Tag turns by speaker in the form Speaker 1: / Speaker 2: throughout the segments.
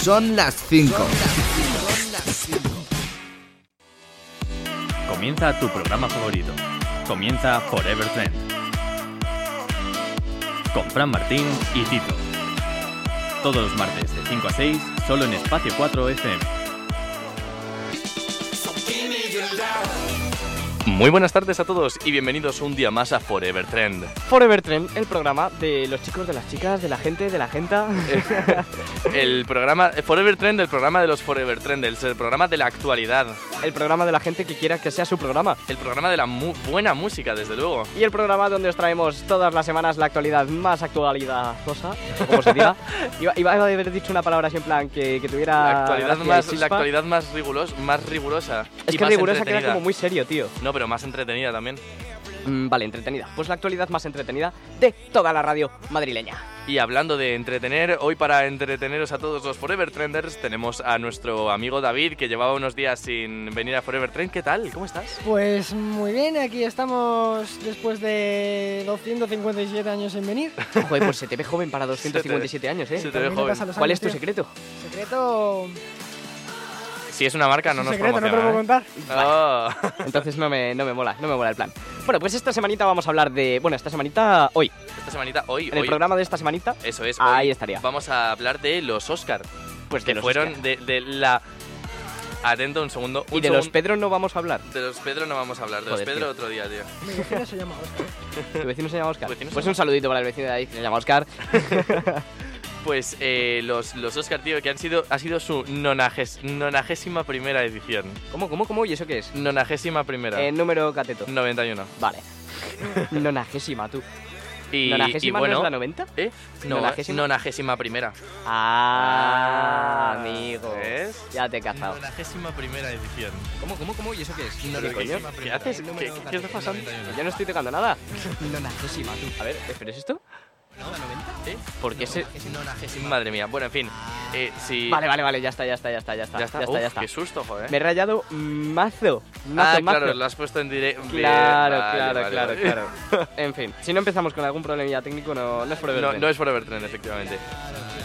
Speaker 1: Son las 5.
Speaker 2: Comienza tu programa favorito. Comienza Forever Trend. Con Fran Martín y Tito. Todos los martes de 5 a 6, solo en Espacio 4 FM.
Speaker 3: Muy buenas tardes a todos y bienvenidos un día más a Forever Trend.
Speaker 4: Forever Trend, el programa de los chicos, de las chicas, de la gente, de la gente.
Speaker 3: El programa Forever Trend, el programa de los Forever Trenders, el programa de la actualidad,
Speaker 4: el programa de la gente que quiera que sea su programa.
Speaker 3: el programa de la mu- buena música, desde luego.
Speaker 4: Y el programa donde os traemos todas las semanas la actualidad más actualidadosa, o como se diga. Iba, iba a haber dicho una palabra así en plan que, que tuviera.
Speaker 3: La actualidad
Speaker 4: gracia Ah, y
Speaker 3: más, la
Speaker 4: chispa.
Speaker 3: actualidad más rigurosa, más rigurosa.
Speaker 4: Es
Speaker 3: y
Speaker 4: que
Speaker 3: más
Speaker 4: rigurosa queda
Speaker 3: entretenida.
Speaker 4: como muy serio, tío.
Speaker 3: No, pero más entretenida también.
Speaker 4: Mm, vale, entretenida. Pues la actualidad más entretenida de toda la radio madrileña.
Speaker 3: Y hablando de entretener, hoy para entreteneros a todos los Forever Trenders tenemos a nuestro amigo David que llevaba unos días sin venir a Forever Trend. ¿Qué tal? ¿Cómo estás?
Speaker 5: Pues muy bien, aquí estamos después de 257 años sin venir.
Speaker 4: Joder, pues se te ve joven para
Speaker 3: Se te ve-
Speaker 4: 257 años,
Speaker 3: se
Speaker 4: ¿eh?
Speaker 3: te ve
Speaker 5: También le
Speaker 3: joven.
Speaker 5: pasa a los
Speaker 4: ¿Cuál
Speaker 5: años,
Speaker 4: es tu
Speaker 5: tío.
Speaker 4: secreto?
Speaker 5: Secreto.
Speaker 3: Si es una marca, no
Speaker 5: es un
Speaker 3: nos
Speaker 5: secreto, no te lo puedo
Speaker 3: promociona, ¿eh?
Speaker 5: contar.
Speaker 3: Oh.
Speaker 4: Entonces no me, no me mola, no me mola el plan. Bueno, pues esta semanita vamos a hablar de... Bueno, esta semanita, hoy.
Speaker 3: Esta semanita, hoy,
Speaker 4: En el
Speaker 3: hoy-
Speaker 4: programa de esta semanita,
Speaker 3: Eso es.
Speaker 4: ahí
Speaker 3: hoy
Speaker 4: estaría.
Speaker 3: Vamos a hablar de los Oscar,
Speaker 4: Pues
Speaker 3: que
Speaker 4: de los
Speaker 3: fueron
Speaker 4: Oscar.
Speaker 3: de, de la. Atento un segundo.
Speaker 4: Y
Speaker 3: un
Speaker 4: de los
Speaker 3: segun-
Speaker 4: Pedro no vamos a hablar.
Speaker 3: de los Pedro no vamos a hablar, de
Speaker 4: Joder,
Speaker 3: los Pedro
Speaker 4: tío.
Speaker 3: otro día, tío.
Speaker 5: Mi vecino se llama Oscar.
Speaker 4: Tu vecino se llama Oscar.
Speaker 3: Tu vecino se
Speaker 4: Pues
Speaker 3: llama-
Speaker 4: un saludito para el vecino de ahí que se llama Oscar.
Speaker 3: Pues eh, los, los Oscar, tío, que han sido, ha sido su nonages- nonagésima primera edición.
Speaker 4: ¿Cómo, cómo, cómo? ¿Y eso qué es?
Speaker 3: Nonagésima primera.
Speaker 4: Eh, número cateto.
Speaker 3: 91.
Speaker 4: Vale. Nonagésima, tú.
Speaker 3: Y, y
Speaker 4: ¿Nonagésima
Speaker 3: bueno,
Speaker 4: no es la 90?
Speaker 3: ¿eh? No,
Speaker 4: ¿Nonagésima?
Speaker 3: nonagésima primera.
Speaker 4: Ah, amigo.
Speaker 3: ¿Ves?
Speaker 4: Ya te he cazado.
Speaker 3: primera edición.
Speaker 4: ¿Cómo, cómo, cómo? ¿Y eso qué es? ¿Qué coño?
Speaker 3: ¿Qué haces? ¿Qué, qué, qué está pasando?
Speaker 4: Yo no estoy tocando nada. Nonagésima, tú. A ver, ¿pero es esto?
Speaker 3: ¿Eh? ¿Por qué se...? Madre mía. Bueno, en fin. Eh, si...
Speaker 4: Vale, vale, vale, ya está, ya está, ya está, ya está.
Speaker 3: Ya está,
Speaker 4: ya está.
Speaker 3: Uf,
Speaker 4: ya está.
Speaker 3: qué susto, joder.
Speaker 4: Me he rayado mazo. mazo
Speaker 3: Ah,
Speaker 4: mazo.
Speaker 3: claro, lo has puesto en directo.
Speaker 4: Claro, claro, claro, claro. En fin, si no empezamos con algún problemilla técnico, no, no es por
Speaker 3: No, no es Forever Trend, efectivamente.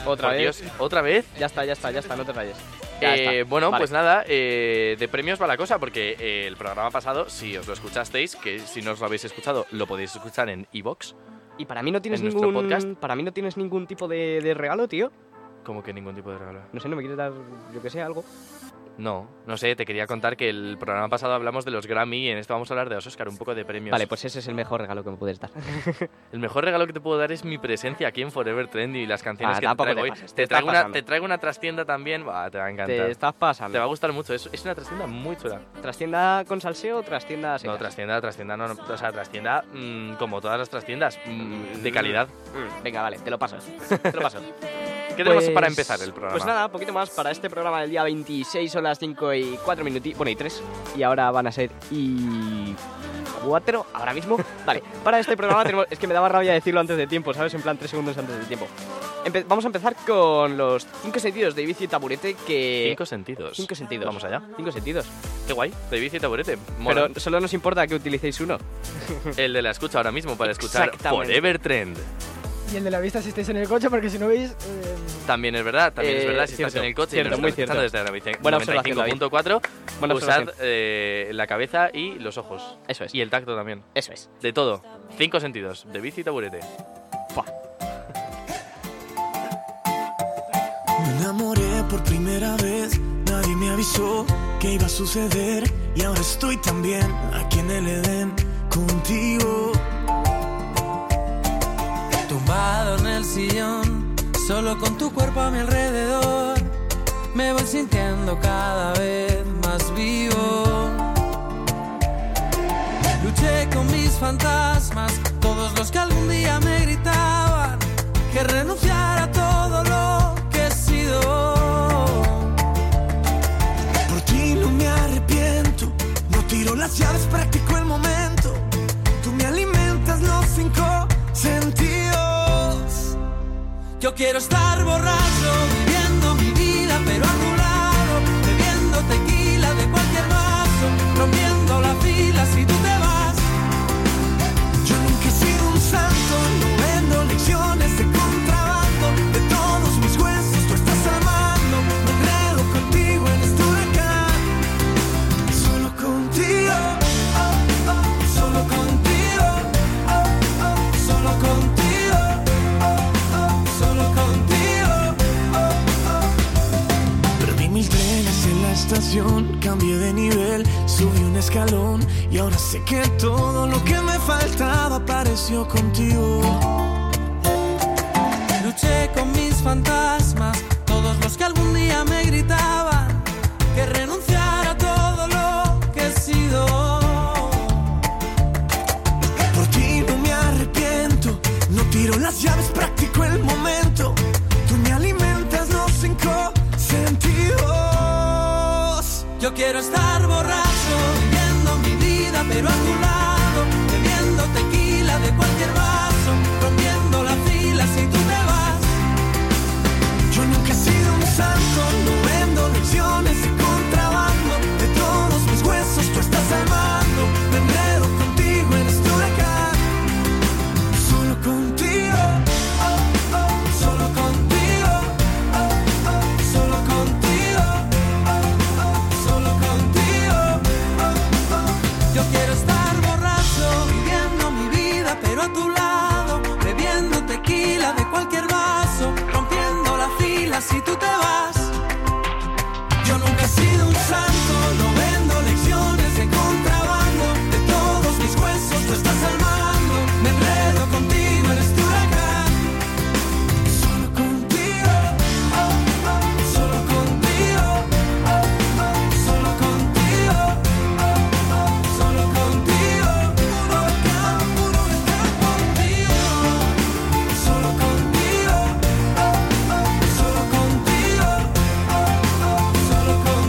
Speaker 4: otra
Speaker 3: Por
Speaker 4: vez.
Speaker 3: Dios, ¿Otra vez?
Speaker 4: Ya está, ya está, ya está, no te rayes. Ya
Speaker 3: Eh,
Speaker 4: está.
Speaker 3: bueno,
Speaker 4: Vale.
Speaker 3: pues nada, eh, de premios va la cosa, porque eh, el programa pasado, si os lo escuchasteis, que si no os lo habéis escuchado, lo podéis escuchar en Evox.
Speaker 4: Y para mí no tienes
Speaker 3: en nuestro
Speaker 4: ningún
Speaker 3: podcast.
Speaker 4: para mí no tienes ningún tipo de, de regalo, tío.
Speaker 3: Como que ningún tipo de regalo.
Speaker 4: No sé, no me quieres dar, yo que sé, algo.
Speaker 3: No, no sé, te quería contar que el programa pasado hablamos de los Grammy y en este vamos a hablar de los Oscar, un poco de premios.
Speaker 4: Vale, pues ese es el mejor regalo que me puedes dar.
Speaker 3: El mejor regalo que te puedo dar es mi presencia aquí en Forever Trend y las canciones
Speaker 4: Ah,
Speaker 3: que te
Speaker 4: tampoco
Speaker 3: traigo
Speaker 4: te
Speaker 3: hoy.
Speaker 4: pases, te
Speaker 3: te,
Speaker 4: estás
Speaker 3: traigo una,
Speaker 4: pasando.
Speaker 3: te traigo una trastienda también, Buah, te va a encantar.
Speaker 4: te estás
Speaker 3: Te va a
Speaker 4: pasando.
Speaker 3: gustar mucho, es, es una trastienda muy chula.
Speaker 4: ¿Trastienda con salseo o trastienda
Speaker 3: No,
Speaker 4: secas?
Speaker 3: trastienda, trastienda, no, no, o sea, trastienda mm, como todas las trastiendas, mm, de calidad.
Speaker 4: Mm, Venga, vale, te lo paso. Te lo paso.
Speaker 3: ¿Qué tenemos para empezar el programa?
Speaker 4: Pues nada, poquito más para este programa del día 26, son las 5 y 4 minutos, bueno y 3, y ahora van a ser y 4 ahora mismo. Vale, para este programa tenemos, es que me daba rabia decirlo antes de tiempo, ¿sabes? En plan 3 segundos antes del tiempo. Empe- vamos a empezar con los 5 sentidos de bici y taburete que...
Speaker 3: Cinco sentidos.
Speaker 4: eh, cinco sentidos.
Speaker 3: Vamos allá.
Speaker 4: 5 sentidos.
Speaker 3: Qué guay. De bici y taburete. Mola.
Speaker 4: Pero solo nos importa que utilicéis uno.
Speaker 3: el de la escucha ahora mismo para escuchar
Speaker 4: Exactamente.
Speaker 3: Forever Trend.
Speaker 5: Y el de la vista si estáis en el coche, porque si no veis. eh,
Speaker 3: También es verdad, también es
Speaker 4: Eh,
Speaker 3: verdad si estás
Speaker 4: cierto,
Speaker 3: en el coche
Speaker 4: cierto,
Speaker 3: y nos
Speaker 4: muy
Speaker 3: estás escuchando
Speaker 4: cierto.
Speaker 3: desde la
Speaker 4: Buena observación, David.
Speaker 3: 95.4,
Speaker 4: Buena
Speaker 3: usad
Speaker 4: observación.
Speaker 3: eh, la cabeza y los ojos.
Speaker 4: Eso es.
Speaker 3: Y el tacto también.
Speaker 4: Eso es.
Speaker 3: De todo. Cinco sentidos. De bici y taburete.
Speaker 6: Me enamoré por primera vez, nadie me avisó que iba a suceder y ahora estoy también aquí en el Edén contigo.
Speaker 7: Tumbado en el sillón, solo con tu cuerpo a mi alrededor, me voy sintiendo cada vez más vivo. Luché con mis fantasmas, todos los que algún día me gritaban que renunciara a todo lo que he sido.
Speaker 6: Por ti no me arrepiento, no tiro las llaves, practico el momento. Tú me alimentas los cinco sentidos.
Speaker 7: Yo quiero estar borracho, viviendo mi vida, pero a tu lado, bebiendo tequila de cualquier vaso, rompiendo la fila si tú te vas.
Speaker 6: Yo nunca he sido un santo, no vendo lecciones de contrabando. De todos mis huesos tú estás amando.
Speaker 8: este oh, oh, canción cambié de nivel, subí un escalón y ahora sé que todo lo que me faltaba apareció contigo.
Speaker 6: Luché con mis fantasmas, todos los que algún día me gritaban que renunciara a todo lo que he sido.
Speaker 8: Por ti no me arrepiento, no tiro las llaves, practico el momento. Tú me alimentas los cinco sentidos.
Speaker 6: Yo quiero estar borracho, viviendo mi vida, pero a tu lado, bebiendo tequila de cualquier vaso, rompiendo las filas si tú te vas.
Speaker 8: Yo nunca he sido un santo, no vendo lecciones de contrabando. De todos mis huesos tú estás salvando. Me enredo contigo en este huracán. Solo contigo, oh, oh, solo contigo, oh, oh, solo contigo, oh, oh, solo contigo.
Speaker 6: Yo quiero estar borracho, viviendo mi vida, pero a tu lado, bebiendo tequila de cualquier vaso, rompiendo la fila si tú te vas.
Speaker 8: Yo nunca he sido un santo, no vendo lecciones de contrabando. De todos mis huesos tú estás armando. Me enredo contigo, eres tu huracán. Solo contigo, oh, oh, solo contigo, oh, oh, solo contigo, oh, oh, solo contigo. Un huracán, un huracán contigo. Solo contigo, oh, oh, solo contigo, oh, oh, solo contigo.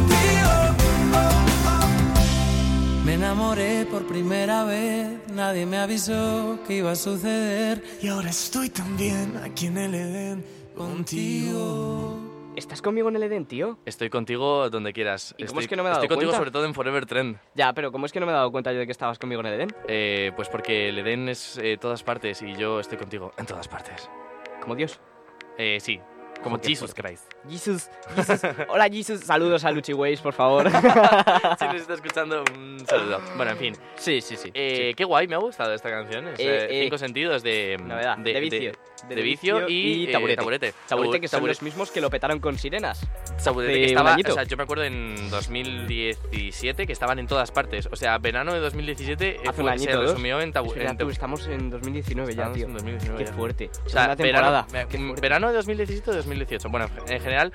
Speaker 6: Me enamoré por primera vez, nadie me avisó que iba a suceder
Speaker 8: Y ahora estoy también aquí en el Edén contigo.
Speaker 6: contigo.
Speaker 4: ¿Estás conmigo en el Edén, tío?
Speaker 3: Estoy contigo donde quieras.
Speaker 4: ¿Y
Speaker 3: estoy,
Speaker 4: cómo es que no me he dado
Speaker 3: estoy contigo
Speaker 4: cuenta?
Speaker 3: sobre todo en Forever Trend.
Speaker 4: Ya, pero ¿cómo es que no me he dado cuenta yo de que estabas conmigo en el Edén?
Speaker 3: Eh, pues porque el Edén es eh, todas partes y yo estoy contigo en todas partes.
Speaker 4: Como Dios.
Speaker 3: Eh, sí, como
Speaker 4: Joder,
Speaker 3: Jesus Christ.
Speaker 4: Jesus, Jesus. Hola, Jesus. Saludos a Luchi Ways, por favor.
Speaker 3: Si nos está escuchando, un saludo. Bueno, en fin.
Speaker 4: sí, sí, sí.
Speaker 3: Eh, Qué guay, me ha gustado esta canción. Es,
Speaker 4: Eh,
Speaker 3: eh,
Speaker 4: eh,
Speaker 3: cinco sentidos de...
Speaker 4: Novedad, de, vicio.
Speaker 3: de vicio y, eh, taburete.
Speaker 4: Taburete, que son
Speaker 3: Tabu-
Speaker 4: los mismos que lo petaron con sirenas.
Speaker 3: Saudete
Speaker 4: de
Speaker 3: que
Speaker 4: un
Speaker 3: estaba,
Speaker 4: añito.
Speaker 3: o sea, yo me acuerdo en 2017 que estaban en todas partes. O sea, verano de 2017 eh,
Speaker 4: Hace un
Speaker 3: fue-
Speaker 4: añito,
Speaker 3: se
Speaker 4: dos.
Speaker 3: resumió en, tabu-
Speaker 4: Es verdad,
Speaker 3: en
Speaker 4: tú,
Speaker 3: tabu-
Speaker 4: estamos en 2019 ya,
Speaker 3: Estamos
Speaker 4: tío.
Speaker 3: en 2019
Speaker 4: Qué
Speaker 3: ya.
Speaker 4: fuerte.
Speaker 3: O sea,
Speaker 4: Segunda
Speaker 3: verano,
Speaker 4: temporada.
Speaker 3: me- verano de 2017 2018. Bueno, en general,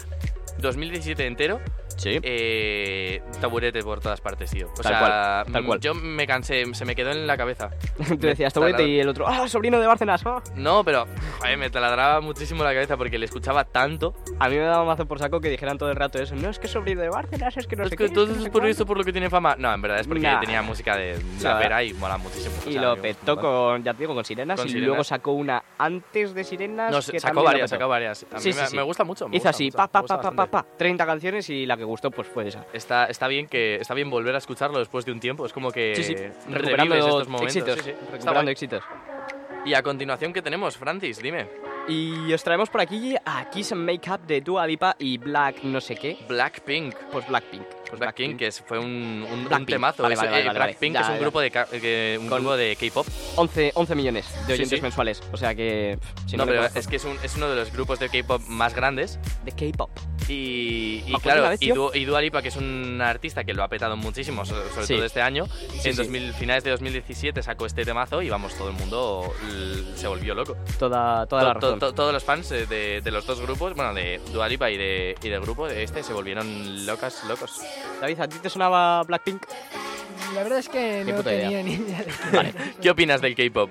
Speaker 3: 2017 entero,
Speaker 4: Sí.
Speaker 3: eh, taburete por todas partes, tío. O
Speaker 4: Tal
Speaker 3: sea,
Speaker 4: cual, tal
Speaker 3: mm,
Speaker 4: cual.
Speaker 3: yo me cansé, se me quedó en la cabeza.
Speaker 4: Tú decías taburete
Speaker 3: Talado.
Speaker 4: y el otro, ¡ah, sobrino de Bárcenas! ah".
Speaker 3: No, pero joder, me taladraba muchísimo la cabeza porque le escuchaba tanto.
Speaker 4: A mí me daba mazo por saco que dijeran todo el rato eso. No, es que sobrino de Bárcenas, es que no
Speaker 3: Es
Speaker 4: sé
Speaker 3: que
Speaker 4: qué, es
Speaker 3: todo
Speaker 4: que no
Speaker 3: es
Speaker 4: sé
Speaker 3: por
Speaker 4: cuánto".
Speaker 3: eso por lo que tiene fama. No, en verdad es porque
Speaker 4: Nah.
Speaker 3: tenía música de la
Speaker 4: Nah.
Speaker 3: vera y mola muchísimo. O
Speaker 4: Y
Speaker 3: sea,
Speaker 4: lo
Speaker 3: digo,
Speaker 4: petó
Speaker 3: vale.
Speaker 4: con, ya te digo, con sirenas
Speaker 3: Con
Speaker 4: y
Speaker 3: sirenas.
Speaker 4: luego sacó una antes de sirenas.
Speaker 3: No,
Speaker 4: que
Speaker 3: sacó
Speaker 4: también lo
Speaker 3: varias,
Speaker 4: petó.
Speaker 3: sacó varias. A mí
Speaker 4: Sí, sí,
Speaker 3: me,
Speaker 4: sí.
Speaker 3: me gusta mucho. me
Speaker 4: Hizo
Speaker 3: gusta
Speaker 4: así,
Speaker 3: mucho,
Speaker 4: pa,
Speaker 3: me
Speaker 4: pa,
Speaker 3: gusta
Speaker 4: pa, pa, pa,
Speaker 3: bastante.
Speaker 4: pa, 30 canciones y la que gustó, pues fue esa.
Speaker 3: Está, está bien que está bien volver a escucharlo después de un tiempo. Es como que
Speaker 4: Sí, sí,
Speaker 3: revives estos
Speaker 4: recuperando
Speaker 3: momentos.
Speaker 4: éxitos.
Speaker 3: sí, sí, está
Speaker 4: Recuperando
Speaker 3: guay.
Speaker 4: éxitos.
Speaker 3: Y a continuación qué tenemos, Francis, dime.
Speaker 4: Y os traemos por aquí a Kiss and Make Up de Dua Lipa y Black no sé qué,
Speaker 3: Blackpink.
Speaker 4: pues Blackpink.
Speaker 3: Pues Blackpink, que es- fue un, un, un
Speaker 4: Blackpink.
Speaker 3: temazo.
Speaker 4: Vale,
Speaker 3: Es-
Speaker 4: vale,
Speaker 3: eh,
Speaker 4: vale, vale.
Speaker 3: Blackpink
Speaker 4: Ya,
Speaker 3: es un
Speaker 4: ya.
Speaker 3: grupo de ca- que- un
Speaker 4: Con-
Speaker 3: grupo de K-pop.
Speaker 4: 11, 11 millones de oyentes
Speaker 3: sí.
Speaker 4: mensuales, o sea que... pff, si
Speaker 3: no,
Speaker 4: le
Speaker 3: pero
Speaker 4: conozco-
Speaker 3: es que es, un- es uno de los grupos de K-pop más grandes.
Speaker 4: De K-pop.
Speaker 3: Y, y
Speaker 4: Me acuerdo una
Speaker 3: claro,
Speaker 4: vez,
Speaker 3: y,
Speaker 4: tío.
Speaker 3: Du- y Dua Lipa, que es una artista que lo ha petado muchísimo, so- sobre
Speaker 4: Sí.
Speaker 3: todo este año,
Speaker 4: Sí,
Speaker 3: en
Speaker 4: sí.
Speaker 3: 2000, finales de 2017 sacó este temazo y vamos, todo el mundo l- se volvió loco.
Speaker 4: Toda, toda la
Speaker 3: To- to-
Speaker 4: razón.
Speaker 3: to- todos los fans eh, de, de los dos grupos, bueno, de Dua Lipa y, de, y del grupo de este, se volvieron locas, locos.
Speaker 4: David, ¿a ti te sonaba Blackpink?
Speaker 5: La verdad es que
Speaker 4: Ni
Speaker 5: no
Speaker 4: puta idea.
Speaker 5: tenía ni idea. de qué
Speaker 4: Vale.
Speaker 5: era eso.
Speaker 3: ¿Qué opinas del K-pop?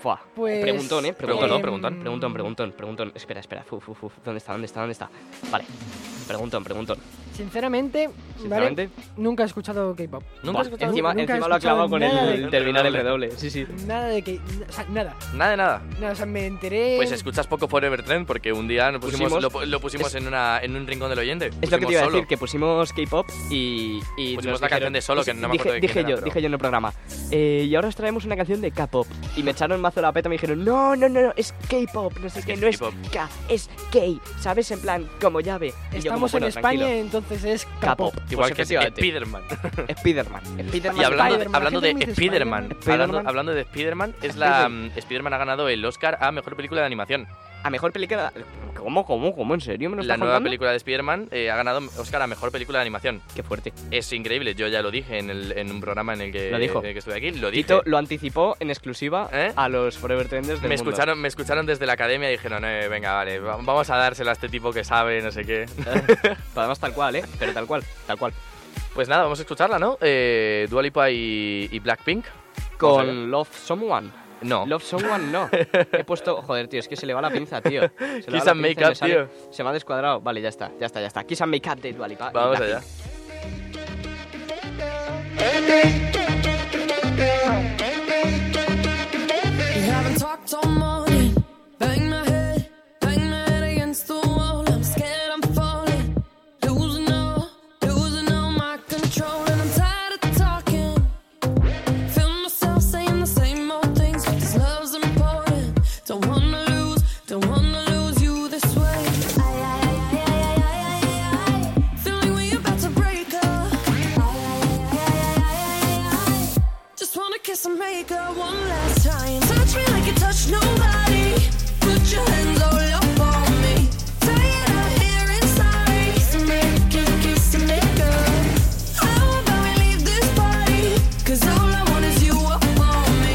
Speaker 4: Fua.
Speaker 5: Pues,
Speaker 4: preguntón, ¿eh? Preguntón,
Speaker 3: Pregúntalo,
Speaker 5: em,
Speaker 3: preguntón,
Speaker 4: Preguntón, preguntón, preguntón. Espera, espera. Uf, uf, uf. ¿Dónde está? ¿Dónde está? ¿Dónde está? Vale. Preguntón, preguntón.
Speaker 5: Sinceramente,
Speaker 4: Sinceramente,
Speaker 5: ¿vale? nunca he escuchado K-pop.
Speaker 3: ¿Nunca
Speaker 4: buah,
Speaker 3: has escuchado
Speaker 4: Encima,
Speaker 5: Nunca he
Speaker 4: encima lo ha
Speaker 5: escuchado
Speaker 4: clavado con
Speaker 5: nada
Speaker 4: el
Speaker 3: de-
Speaker 4: terminal W. Sí, sí.
Speaker 5: Nada de que. O sea, nada.
Speaker 3: nada de nada?
Speaker 5: Nada, o sea, me enteré.
Speaker 3: Pues escuchas poco Forever Trend porque un día lo pusimos,
Speaker 4: Pusimos-
Speaker 3: lo, pu- lo pusimos
Speaker 4: es-
Speaker 3: en, una, en un rincón del oyente.
Speaker 4: Es lo que
Speaker 3: Pusimos
Speaker 4: te iba a
Speaker 3: solo.
Speaker 4: decir, que pusimos K-pop y, y
Speaker 3: Pusimos
Speaker 4: nos
Speaker 3: la canción de Solo, que no me acuerdo
Speaker 4: dije,
Speaker 3: de quién
Speaker 4: dije
Speaker 3: era,
Speaker 4: yo,
Speaker 3: pero-
Speaker 4: dije yo en el programa. "Eh, y ahora os traemos una canción de K-pop. Y me echaron mazo la peta, me dijeron, no, no, no, no es K-pop, no sé
Speaker 3: Es
Speaker 4: qué,
Speaker 3: que
Speaker 4: no
Speaker 3: es
Speaker 4: es pues
Speaker 3: K-pop".
Speaker 4: K, es K, ¿sabes? En plan, como llave. Y yo como,
Speaker 5: Estamos en
Speaker 4: "Bueno,
Speaker 5: España,
Speaker 4: tranquilo".
Speaker 5: entonces es K-pop.
Speaker 4: K-pop.
Speaker 3: Igual
Speaker 4: Pues
Speaker 3: que es
Speaker 4: efectivamente.
Speaker 3: Spiderman.
Speaker 4: Spiderman. Spiderman.
Speaker 3: Y hablando, de-
Speaker 5: Spider-Man,
Speaker 3: hablando de
Speaker 5: ¿la gente me dice
Speaker 3: Spider-Man,
Speaker 4: Spider-Man?
Speaker 3: hablando, hablando de Spider-Man, es la mm, Spider-Man ha ganado el Oscar a mejor película de animación.
Speaker 4: A mejor película. ¿Cómo, cómo, cómo? ¿En serio? ¿Me lo
Speaker 3: La
Speaker 4: estás
Speaker 3: nueva
Speaker 4: contando?
Speaker 3: película de Spider-Man eh, ha ganado Oscar a Mejor Película de Animación.
Speaker 4: Qué fuerte.
Speaker 3: Es increíble, yo ya lo dije en, el- en un programa en el que,
Speaker 4: Lo dijo.
Speaker 3: en el que estuve aquí. Lo dije.
Speaker 4: Tito lo anticipó en exclusiva
Speaker 3: ¿Eh?
Speaker 4: a los Forever Trenders del
Speaker 3: me,
Speaker 4: mundo.
Speaker 3: escucharon, me escucharon desde la academia y dijeron, "Eh, venga, vale, va- vamos a dárselo a este tipo que sabe, no sé qué.
Speaker 4: Además, tal cual, ¿eh? Pero tal cual, tal cual.
Speaker 3: Pues nada, vamos a escucharla, ¿no? Eh, Dua Lipa y, y Blackpink. Vamos a ver.
Speaker 4: Con Love Someone.
Speaker 3: No.
Speaker 4: Love Someone no. He puesto. Joder, tío, es que se le va la pinza, tío. Se le va
Speaker 3: Kiss
Speaker 4: la
Speaker 3: and make
Speaker 4: pinza y me
Speaker 3: up,
Speaker 4: sale-
Speaker 3: tío.
Speaker 4: Se me ha descuadrado. Vale, ya está, ya está, ya está. Kiss and Make Up de Dua Lipa y
Speaker 3: Vamos
Speaker 4: Blackpink.
Speaker 3: allá.
Speaker 1: We haven't talked all morning. Bang my head, bang my head against the wall. I'm scared I'm falling, losing all, losing all my control, and I'm tired of talking. Feel myself saying the same old things, but this love's important. Don't wanna lose, don't wanna lose you this way. Feeling we about to break up. Just wanna kiss and make her one last time. Touch me like you touch nobody. Put your hands all up on me. Tired of hearing sorry. So make it kiss and make her. How about we leave this party? 'Cause all I want is you up on me.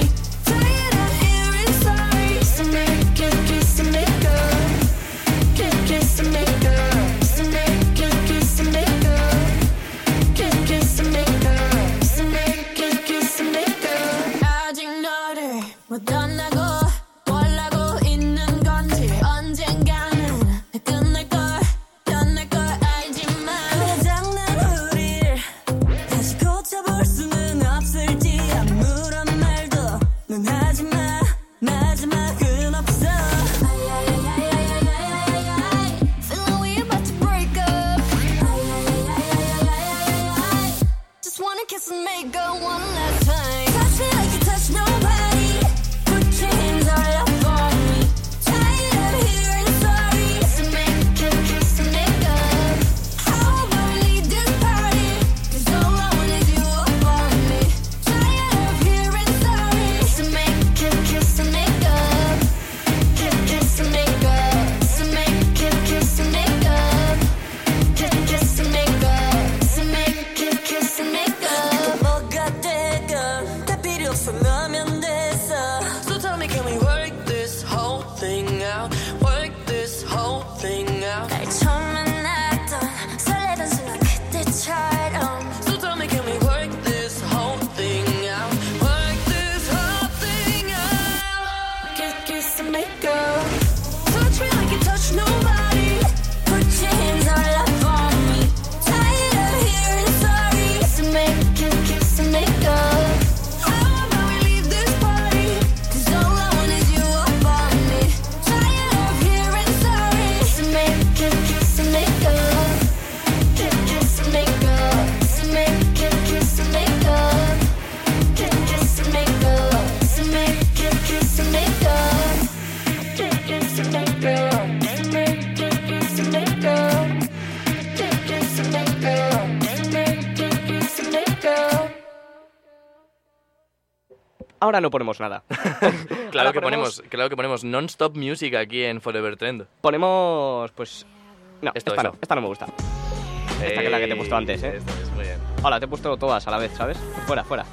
Speaker 1: Tired of hearing sorry. So make it kiss and make her. Kiss, kiss and make her. So make it kiss and make her. Kiss, kiss, and make up. So make it, kiss, and make up. 아직 너를 못 떠나고 원하고 있는 건지 언젠가는 끝날 걸 떠날 걸 알지만 회장난 우리를 다시 고쳐볼 수는 없을지 아무런 말도 넌 하지마 마지막은 없어 Feeling we about to break up Just wanna kiss and make go one last time. Touch me like you touch nobody. Put your hands all up on me. Tired of hearing sorry. So make it kiss and make go. How about we leave this party? 'Cause all I want is you up on me. Tired of hearing sorry. So make it kiss and make go. Kiss, kiss and make go. So make it kiss and make go. Kiss and make up, make it, kiss and make up. 뭐가 될건 다 필요 없으면 됐어. So tell me, can we work this whole thing out? Work this whole thing out. 날 처음 만났던 설레던 순간 그때처럼. So tell me, can we work this whole thing out? Work this whole thing out. Kiss, kiss and make up. Touch me like you touch nobody. Put your hands all up on me. Tired of hearing sorry. So make it kiss and make up. How about we leave this party? 'Cause all I want is you up on me. Tired of hearing sorry. So make it kiss and make up. Kiss, kiss and make up. So make it kiss and make up. Kiss, kiss and make up. So make it kiss and make up.
Speaker 4: Ahora no ponemos nada.
Speaker 3: Claro que
Speaker 4: ponemos-
Speaker 3: ponemos, claro que ponemos non-stop music aquí en Forever Trend.
Speaker 4: Ponemos. Pues. No,
Speaker 3: Esto,
Speaker 4: esta no,
Speaker 3: esto.
Speaker 4: esta no me gusta. Esta que es la que te he puesto antes, ¿eh?
Speaker 3: Esta es muy bien.
Speaker 4: Hola, te he puesto todas a la vez, ¿sabes? Fuera, fuera.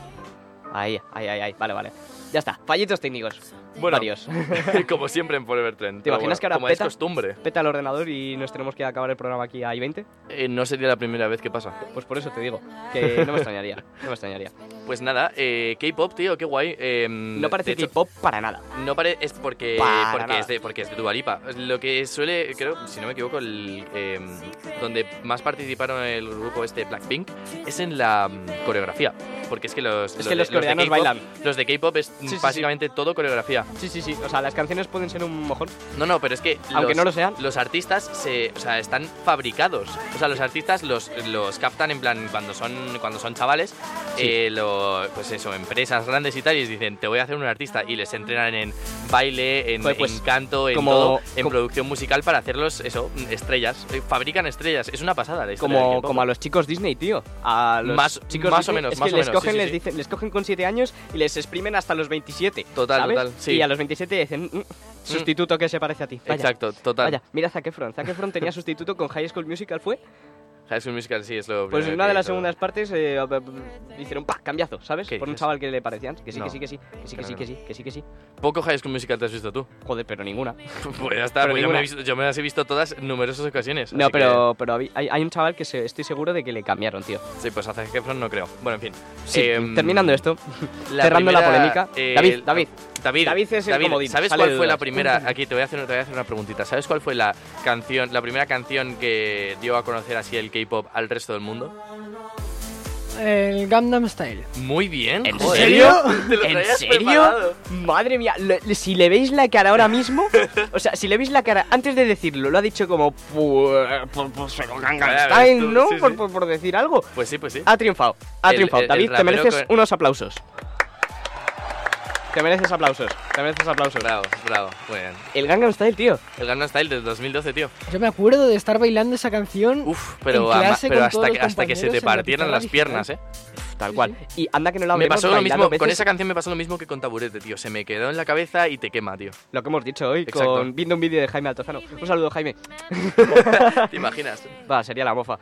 Speaker 4: Ahí, ahí, ahí, ahí. Vale, vale. Ya está. Fallitos técnicos.
Speaker 3: Bueno.
Speaker 4: Varios.
Speaker 3: Como siempre en Forever Trend.
Speaker 4: ¿Te
Speaker 3: pero
Speaker 4: imaginas
Speaker 3: bueno,
Speaker 4: que ahora
Speaker 3: Como
Speaker 4: peta?
Speaker 3: es costumbre.
Speaker 4: Peta el ordenador y nos tenemos que acabar el programa aquí a I-20.
Speaker 3: Eh, no sería la primera vez que pasa.
Speaker 4: Pues por eso te digo, que no me extrañaría. No me extrañaría.
Speaker 3: Pues nada, eh, K-pop, tío, qué guay. eh,
Speaker 4: No
Speaker 3: de
Speaker 4: parece
Speaker 3: hecho,
Speaker 4: K-pop para nada.
Speaker 3: No parece. Es porque,
Speaker 4: Para
Speaker 3: porque,
Speaker 4: nada.
Speaker 3: es de, porque es de Dua Lipa. Lo que suele. Creo, si no me equivoco, el, eh, donde más participaron el grupo este Blackpink es en la mm, coreografía. Porque es que los.
Speaker 4: que
Speaker 3: de-
Speaker 4: los coreanos
Speaker 3: de K-pop-
Speaker 4: bailan.
Speaker 3: Los de K-pop es
Speaker 4: sí, sí.
Speaker 3: básicamente todo coreografía.
Speaker 4: Sí, sí, sí. O sea, las canciones pueden ser un mojón.
Speaker 3: No, no, pero es que.
Speaker 4: Aunque
Speaker 3: los-
Speaker 4: no lo sean.
Speaker 3: Los artistas se, o sea, están fabricados. O sea, los artistas los, los captan en plan cuando son, cuando son chavales. eh, lo- pues eso, empresas grandes y tal. Y les dicen, te voy a hacer un artista. Y les entrenan en baile, en,
Speaker 4: Joder, pues,
Speaker 3: en canto, en
Speaker 4: como-
Speaker 3: todo, en
Speaker 4: co-
Speaker 3: producción musical para hacerlos, eso, estrellas. Eh, Fabrican estrellas. Es una pasada la historia del
Speaker 4: Como,
Speaker 3: K-pop.
Speaker 4: como a los chicos Disney, tío. A los
Speaker 3: Más-
Speaker 4: chicos
Speaker 3: más o
Speaker 4: Disney,
Speaker 3: menos,
Speaker 4: es
Speaker 3: más
Speaker 4: que
Speaker 3: o
Speaker 4: les
Speaker 3: menos,
Speaker 4: cogen,
Speaker 3: sí,
Speaker 4: les
Speaker 3: sí.
Speaker 4: dicen, les cogen con 7 años y les exprimen hasta los 27.
Speaker 3: Total,
Speaker 4: ¿sabes?
Speaker 3: total, sí.
Speaker 4: Y a los 27 dicen, "Mm, mm, sustituto que se parece a ti. Vaya,
Speaker 3: Exacto, total.
Speaker 4: Vaya, mira Zac Efron. Zac Efron tenía sustituto con High School Musical, ¿fue?
Speaker 3: High School Musical sí es lo
Speaker 4: Pues en
Speaker 3: primero
Speaker 4: una
Speaker 3: que
Speaker 4: de las
Speaker 3: hizo.
Speaker 4: segundas partes eh, b- b- hicieron ¡pah! cambiazo, ¿sabes?
Speaker 3: ¿Qué
Speaker 4: Por un
Speaker 3: dices?
Speaker 4: chaval que le parecían. Que sí,
Speaker 3: No.
Speaker 4: que sí, que sí, que
Speaker 3: Que
Speaker 4: sí, que
Speaker 3: no,
Speaker 4: sí,
Speaker 3: no.
Speaker 4: que sí, que sí, que sí.
Speaker 3: Poco High School Musical te has visto tú.
Speaker 4: Joder, pero ninguna.
Speaker 3: Pues ya está, pues yo,
Speaker 4: Pero
Speaker 3: me
Speaker 4: ninguna.
Speaker 3: he visto- yo me las he visto todas numerosas ocasiones.
Speaker 4: No,
Speaker 3: así que-
Speaker 4: pero, pero habí- hay, hay un chaval que se- estoy seguro de que le cambiaron, tío.
Speaker 3: Sí, pues hace Efron no creo. Bueno, en fin.
Speaker 4: Sí,
Speaker 3: Em,
Speaker 4: terminando esto,
Speaker 3: la
Speaker 4: cerrando la
Speaker 3: primera,
Speaker 4: polémica.
Speaker 3: eh,
Speaker 4: David, David,
Speaker 3: David,
Speaker 4: David es el comodín,
Speaker 3: ¿Sabes
Speaker 4: sale
Speaker 3: cuál
Speaker 4: de
Speaker 3: fue la
Speaker 4: dudas.
Speaker 3: primera? Aquí te voy a hacer, te voy a hacer una preguntita. ¿Sabes cuál fue la canción, la primera canción que dio a conocer así el K-pop al resto del mundo?
Speaker 5: El Gangnam Style.
Speaker 3: Muy bien.
Speaker 4: ¿En
Speaker 3: joder.
Speaker 4: serio?
Speaker 3: Te lo
Speaker 4: ¿En
Speaker 3: traías
Speaker 4: serio?
Speaker 3: preparado.
Speaker 4: Madre mía, le- le- si le veis la cara ahora mismo, o sea, si le veis la cara antes de decirlo, lo ha dicho como "Pu- eh, pu- pues, pu- se lo gangan
Speaker 3: Ya ves
Speaker 4: Stein",
Speaker 3: tú,
Speaker 4: ¿no?
Speaker 3: sí,
Speaker 4: por,
Speaker 3: sí.
Speaker 4: por- por decir algo.
Speaker 3: Pues sí, pues sí.
Speaker 4: Ha triunfado, ha
Speaker 3: El-
Speaker 4: triunfado.
Speaker 3: el-
Speaker 4: David,
Speaker 3: el
Speaker 4: te
Speaker 3: rapero
Speaker 4: mereces
Speaker 3: con-
Speaker 4: unos aplausos. Te mereces aplausos, te mereces aplausos.
Speaker 3: Bravo, bravo. Muy bien.
Speaker 4: El Gangnam Style, tío.
Speaker 3: El Gangnam Style del 2012, tío.
Speaker 5: Yo me acuerdo de estar bailando esa canción.
Speaker 3: Uf, pero,
Speaker 5: En
Speaker 3: ama-
Speaker 5: clase
Speaker 3: pero
Speaker 5: con
Speaker 3: hasta,
Speaker 5: todos
Speaker 3: que-
Speaker 5: los
Speaker 3: hasta que se
Speaker 5: compañeros
Speaker 3: te
Speaker 5: en la
Speaker 3: partieran
Speaker 5: pizarra
Speaker 3: las piernas, eh.
Speaker 4: Tal cual. Y anda que no lo
Speaker 3: Me
Speaker 4: hablemos
Speaker 3: pasó lo mismo.
Speaker 4: bailando
Speaker 3: Con
Speaker 4: veces
Speaker 3: esa canción me pasó lo mismo que con Taburete, tío. Se me quedó en la cabeza y te quema, tío.
Speaker 4: Lo que hemos dicho hoy,
Speaker 3: Exacto.
Speaker 4: con viendo un vídeo de Jaime Altozano. Un saludo, Jaime.
Speaker 3: ¿Te imaginas?
Speaker 4: Va, sería la mofa.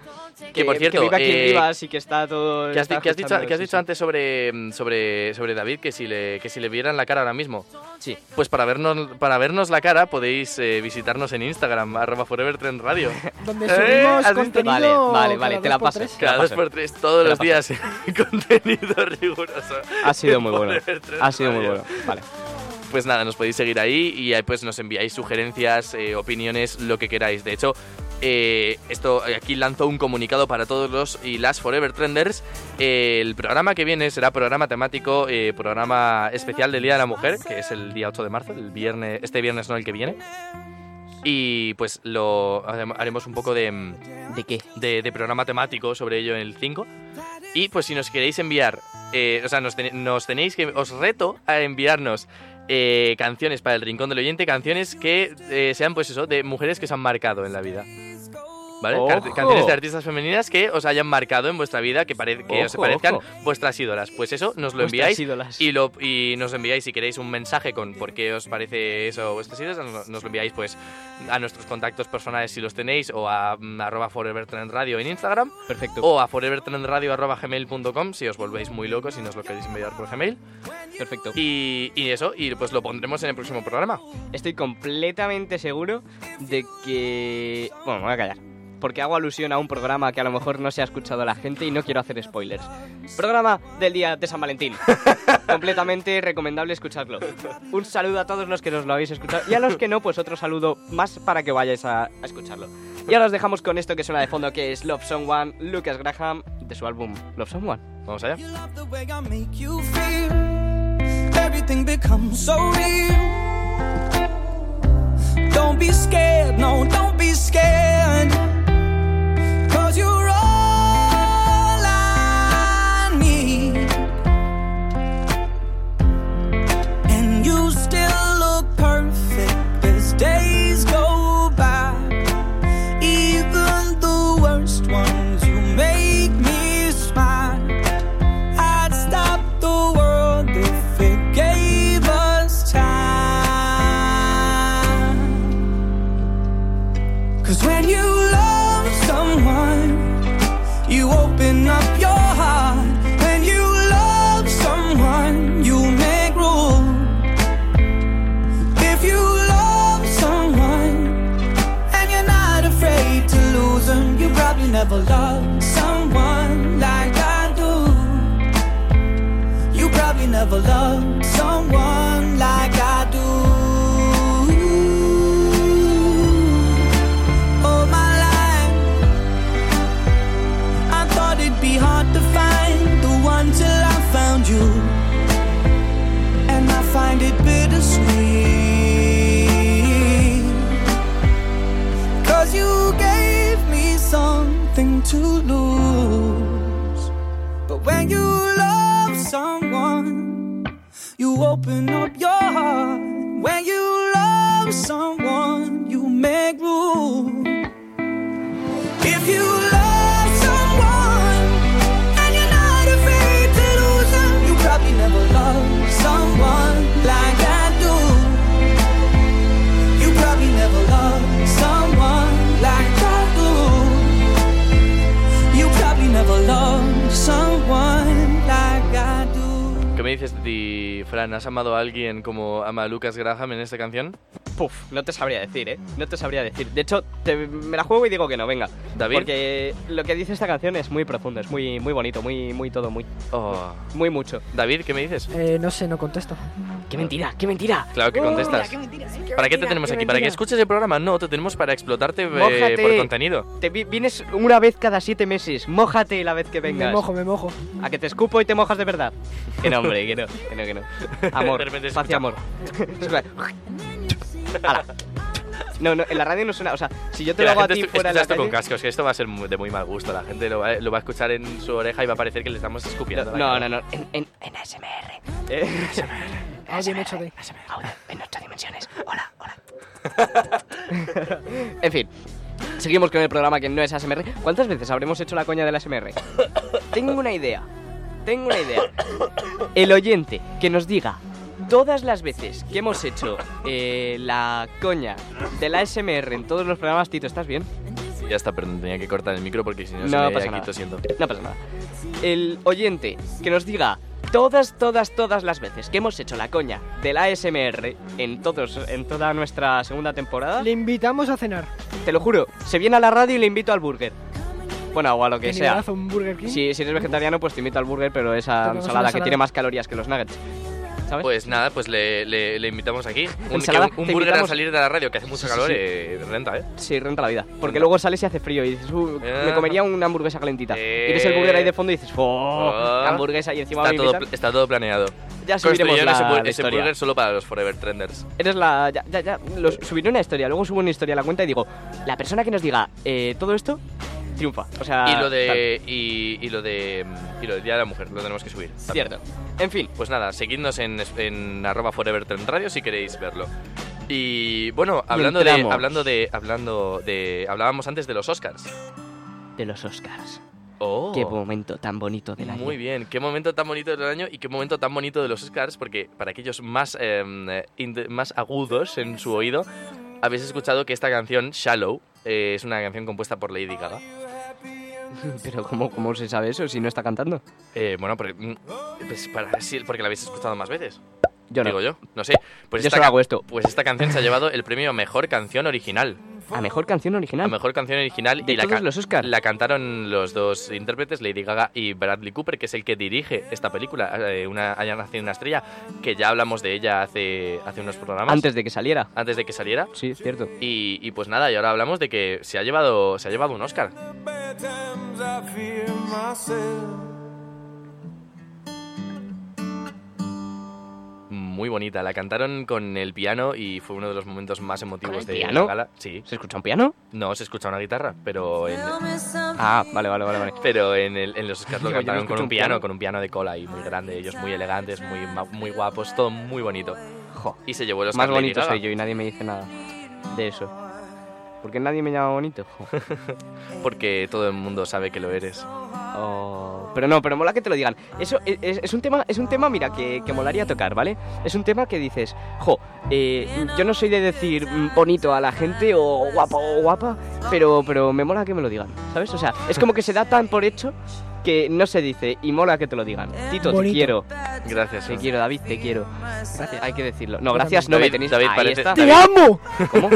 Speaker 3: Que, por cierto,
Speaker 4: que viva quien
Speaker 3: eh,
Speaker 4: viva, sí que está todo.
Speaker 3: ¿Qué has, di-
Speaker 4: está
Speaker 3: qué has dicho,
Speaker 4: escuchando,
Speaker 3: qué has
Speaker 4: sí,
Speaker 3: dicho
Speaker 4: sí.
Speaker 3: antes sobre, mm, sobre, sobre David? Que si, le, que si le vieran la cara ahora mismo.
Speaker 4: Sí.
Speaker 3: Pues para vernos, para vernos la cara podéis eh, visitarnos en Instagram, arroba Forever Trend Radio.
Speaker 5: Donde
Speaker 3: Eh,
Speaker 5: subimos
Speaker 3: ¿has visto?
Speaker 5: contenido.
Speaker 4: Vale,
Speaker 5: cada
Speaker 4: vale, vale, te
Speaker 5: dos
Speaker 4: la
Speaker 5: por
Speaker 4: paso.
Speaker 5: tres.
Speaker 4: Te la
Speaker 3: Cada dos
Speaker 4: paso.
Speaker 3: por tres, todos
Speaker 4: la
Speaker 3: los días. contenido riguroso.
Speaker 4: Ha sido muy bueno.
Speaker 3: Forever Trend
Speaker 4: Ha sido muy
Speaker 3: Radio.
Speaker 4: bueno. Vale.
Speaker 3: Pues nada, nos podéis seguir ahí y ahí pues nos enviáis sugerencias, eh, opiniones, lo que queráis. De hecho, eh, esto aquí lanzo un comunicado para todos los y las Forever Trenders. Eh, el programa que viene será programa temático, eh, programa especial del Día de la Mujer, que es el día 8 de marzo, el viernes, este viernes no el que viene. Y pues lo harem- haremos un poco de... mm,
Speaker 4: ¿De qué?
Speaker 3: de, de programa temático sobre ello en el 5. Y pues si nos queréis enviar, eh, o sea, nos, ten- nos tenéis que, os reto a enviarnos eh, canciones para el Rincón del Oyente, canciones que eh, sean pues eso, de mujeres que os han marcado en la vida. ¿Vale? Car-
Speaker 4: ¡Ojo!
Speaker 3: Canciones de artistas femeninas que os hayan marcado en vuestra vida, que, pare- que os
Speaker 4: ¡Ojo,
Speaker 3: parezcan
Speaker 4: ojo!
Speaker 3: vuestras ídolas. Pues eso, nos lo
Speaker 4: Vuestras
Speaker 3: enviáis
Speaker 4: ídolas.
Speaker 3: y, lo, y nos enviáis, si queréis, un mensaje con por qué os parece eso vuestras ideas, nos, nos lo enviáis pues a nuestros contactos personales si los tenéis o a mm, arroba forevertrendradio en Instagram
Speaker 4: Perfecto.
Speaker 3: o a forevertrendradio.gmail.com si os volvéis muy locos y nos lo queréis enviar por Gmail.
Speaker 4: perfecto.
Speaker 3: Y, y eso, y pues lo pondremos en el próximo programa.
Speaker 4: Estoy completamente seguro de que. Bueno, me voy a callar. Porque hago alusión a un programa que a lo mejor no se ha escuchado a la gente y no quiero hacer spoilers. Programa del día de San Valentín. completamente recomendable escucharlo. Un saludo a todos los que nos lo habéis escuchado y a los que no, pues otro saludo más para que vayáis a, a escucharlo. Y ahora os dejamos con esto que suena de fondo, que es Love Someone, Lucas Graham, de su álbum Love Someone.
Speaker 3: Vamos allá.
Speaker 7: You love the way I make you feel. Everything becomes so real. Don't be scared, no, don't be scared. Cause you're all I need. And you still look perfect as days go by. Even the worst ones, you make me smile. I'd stop the world if it gave us time. Cause when you love someone, you open up your heart. When you love someone, you make room. If you love someone, and you're not afraid to lose them. You probably never loved someone like I do. You probably never loved someone like I do. All my life, I thought it'd be hard to find the one till I found you. And I find it bittersweet. Cause you gave me something to lose. But when you love someone,
Speaker 3: me dices, di, Fran, ¿has amado a alguien como ama a Lucas Graham en esta canción?
Speaker 4: Puf, no te sabría decir, ¿eh? No te sabría decir. De hecho, te- me la juego y digo que no, venga.
Speaker 3: David.
Speaker 4: Porque lo que dice esta canción es muy profundo, es muy, muy bonito, muy, muy todo, muy,
Speaker 3: Oh.
Speaker 4: muy mucho.
Speaker 3: David, ¿qué me dices?
Speaker 5: Eh, no sé, no contesto.
Speaker 4: ¡Qué mentira, qué mentira!
Speaker 3: Claro que contestas. ¿Para qué te tenemos aquí? ¿Para que escuches el programa? No, te tenemos para explotarte eh,
Speaker 4: Mójate.
Speaker 3: por contenido.
Speaker 4: Te vi- vienes una vez cada siete meses, mójate la vez que vengas.
Speaker 5: Me mojo, me mojo.
Speaker 4: A que te escupo y te mojas de verdad. Que no, hombre, que no, que no, que no.
Speaker 3: De
Speaker 4: Amor,
Speaker 3: repente
Speaker 4: paz y
Speaker 3: escucha-
Speaker 4: amor. Ala. No, no, en la radio no suena. O sea, si yo
Speaker 3: Que
Speaker 4: te lo
Speaker 3: la
Speaker 4: hago a
Speaker 3: gente
Speaker 4: ti
Speaker 3: estu-
Speaker 4: fuera de
Speaker 3: escucha
Speaker 4: la
Speaker 3: esto con
Speaker 4: calle...
Speaker 3: cascos, que esto va a ser mu- de muy mal gusto. La gente lo va, lo va a escuchar en su oreja y va a parecer que le estamos escupiendo. la
Speaker 4: No,
Speaker 3: cara.
Speaker 4: no, no, en, en, en ASMR. Eh,
Speaker 5: Audio en 8D.
Speaker 4: Audio en ocho dimensiones. Hola, hola. en fin, seguimos con el programa que no es ASMR. ¿Cuántas veces habremos hecho la coña del ASMR? Tengo una idea. Tengo una idea. El oyente que nos diga todas las veces que hemos hecho eh, la coña del ASMR en todos los programas, Tito, ¿estás bien?
Speaker 3: Ya está, perdón, tenía que cortar el micro porque si no, se
Speaker 4: No
Speaker 3: me
Speaker 4: pasa
Speaker 3: aquí
Speaker 4: nada.
Speaker 3: tosiendo.
Speaker 4: No pasa nada. El oyente que nos diga todas, todas, todas las veces que hemos hecho la coña del ASMR en, todos, en toda nuestra segunda temporada,
Speaker 5: Le invitamos a cenar.
Speaker 4: te lo juro, se viene a la radio y le invito al burger. Bueno, o a lo que
Speaker 5: Qué ¿eh?
Speaker 4: sea.
Speaker 5: nivelazo, un Burger King.
Speaker 4: Si, si eres vegetariano, pues te invito al burger, pero esa
Speaker 5: Tomamos una
Speaker 4: ensalada que
Speaker 5: ensalada.
Speaker 4: tiene más calorías que los nuggets. ¿Sabes?
Speaker 3: Pues nada, pues le, le- le invitamos aquí. Un, que
Speaker 4: Ensalada,
Speaker 3: un- un
Speaker 4: te
Speaker 3: burger al
Speaker 4: invitamos.
Speaker 3: salir de la radio, que hace mucho
Speaker 4: Sí, sí,
Speaker 3: calor,
Speaker 4: sí.
Speaker 3: eh, renta, ¿eh?
Speaker 4: sí, renta la vida. Porque
Speaker 3: Renta.
Speaker 4: luego sales y hace frío y dices, "Uh, me
Speaker 3: Ah.
Speaker 4: comería una hamburguesa calentita.
Speaker 3: Eh.
Speaker 4: Y ves el burger ahí de fondo y dices, oh,
Speaker 3: Oh.
Speaker 4: hamburguesa y encima
Speaker 3: Está
Speaker 4: me
Speaker 3: todo,
Speaker 4: invitan".
Speaker 3: pl- está todo planeado.
Speaker 4: Ya subiremos
Speaker 3: Construyeron
Speaker 4: la,
Speaker 3: ese, bur-
Speaker 4: la
Speaker 3: ese
Speaker 4: historia.
Speaker 3: burger solo para los Forever Trenders.
Speaker 4: Eres la. Ya, ya, ya. Los, subiré una historia, luego subo una historia a la cuenta y digo, la persona que nos diga eh, todo esto, triunfa. O sea.
Speaker 3: y lo de. Y, y lo de. Y lo de Día de la Mujer, lo tenemos que subir.
Speaker 4: tal.
Speaker 3: también.
Speaker 4: Cierto. En fin,
Speaker 3: Pues nada, seguidnos en, en arroba Forever Trend Radio si queréis verlo. Y bueno, hablando de,
Speaker 4: entramos.
Speaker 3: hablando de. Hablando de. Hablábamos antes de los Oscars.
Speaker 4: de los Oscars.
Speaker 3: Oh.
Speaker 4: Qué momento tan bonito del año.
Speaker 3: Muy bien, qué momento tan bonito del año y qué momento tan bonito de los Oscars, porque para aquellos más, eh, int- más agudos en su oído, habéis escuchado que esta canción, Shallow, eh, es una canción compuesta por Lady Gaga.
Speaker 4: Pero ¿cómo, ¿cómo se sabe eso si no está cantando?
Speaker 3: Eh, bueno, porque, mm, pues para, sí, porque la habéis escuchado más veces,
Speaker 4: Yo no.
Speaker 3: digo yo, no sé. Pues
Speaker 4: Yo
Speaker 3: esta,
Speaker 4: solo
Speaker 3: ca-
Speaker 4: hago esto.
Speaker 3: pues esta canción se ha llevado el premio a Mejor Canción Original.
Speaker 4: A mejor canción
Speaker 3: A
Speaker 4: original.
Speaker 3: Mejor Canción Original
Speaker 4: de
Speaker 3: y la,
Speaker 4: todos
Speaker 3: ca-
Speaker 4: los Oscars.
Speaker 3: la cantaron los dos intérpretes, Lady Gaga y Bradley Cooper, que es el que dirige esta película, eh, una, Allá nació una estrella, que ya hablamos de ella hace, hace unos programas.
Speaker 4: Antes de que saliera.
Speaker 3: antes de que saliera.
Speaker 4: Sí, cierto.
Speaker 3: Y, y pues nada, y ahora hablamos de que se ha llevado, se ha llevado un Oscar.
Speaker 6: Bad times I fear myself.
Speaker 3: Muy bonita, la cantaron con el piano y fue uno de los momentos más emotivos
Speaker 4: el
Speaker 3: de
Speaker 4: piano?
Speaker 3: la gala. Sí.
Speaker 4: ¿Se escucha un piano?
Speaker 3: No, se escucha una guitarra, pero en,
Speaker 4: Ah, vale, vale, vale. vale.
Speaker 3: pero en, el- en los Oscars lo
Speaker 4: Digo, yo no
Speaker 3: cantaron con
Speaker 4: escucho
Speaker 3: un
Speaker 4: un
Speaker 3: piano,
Speaker 4: piano.
Speaker 3: con un piano de cola y muy grande, ellos muy elegantes, muy, ma- muy guapos, todo muy bonito.
Speaker 4: Jo.
Speaker 3: Y se llevó el Oscar
Speaker 4: Más
Speaker 3: Lady
Speaker 4: bonito
Speaker 3: Gaga.
Speaker 4: soy yo y nadie me dice nada de eso. ¿Por qué nadie me llama bonito? Jo.
Speaker 3: Porque todo el mundo sabe que lo eres.
Speaker 4: Oh, pero no, pero mola que te lo digan. Eso es, es- es un tema, es un tema, mira, que, que molaría tocar, ¿vale? Es un tema que dices, jo, eh, yo no soy de decir mm, bonito a la gente o guapo o guapa, pero, pero me mola que me lo digan, ¿sabes? O sea, es como que se da tan por hecho que no se dice y mola que te lo digan. Tito, te
Speaker 5: Bonito.
Speaker 4: quiero,
Speaker 3: Gracias.
Speaker 4: te
Speaker 3: ¿no?
Speaker 4: quiero, David, te quiero. Hay que decirlo. No, gracias, no
Speaker 3: David,
Speaker 4: me tenéis.
Speaker 3: David,
Speaker 4: Ahí
Speaker 3: parece-
Speaker 4: está.
Speaker 5: ¡Te amo!
Speaker 4: ¿Cómo?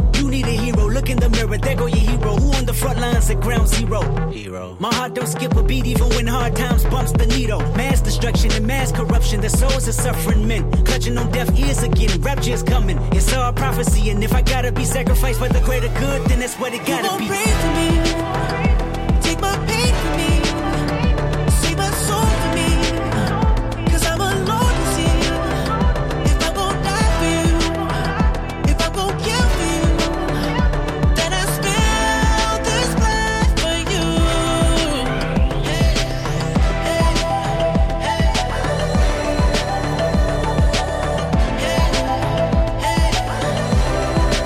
Speaker 9: You need a hero. Look in the mirror, there go your hero. Who on the front lines at ground zero? Hero. My heart don't skip a beat even when hard times bumps the needle. Mass destruction and mass corruption. The souls of suffering men. Clutching on deaf ears again. Rapture's coming. It's all prophecy. And if I gotta be sacrificed for the greater good, then that's what it
Speaker 10: You
Speaker 9: gotta
Speaker 10: gon'
Speaker 9: be.
Speaker 10: pray for me. Take my pain for me. Save my soul for me. 'Cause I'm alone to see. If I gon' die for you, if I gon' kill for you, then I spill this blood for you. Hey, hey, hey, hey, hey.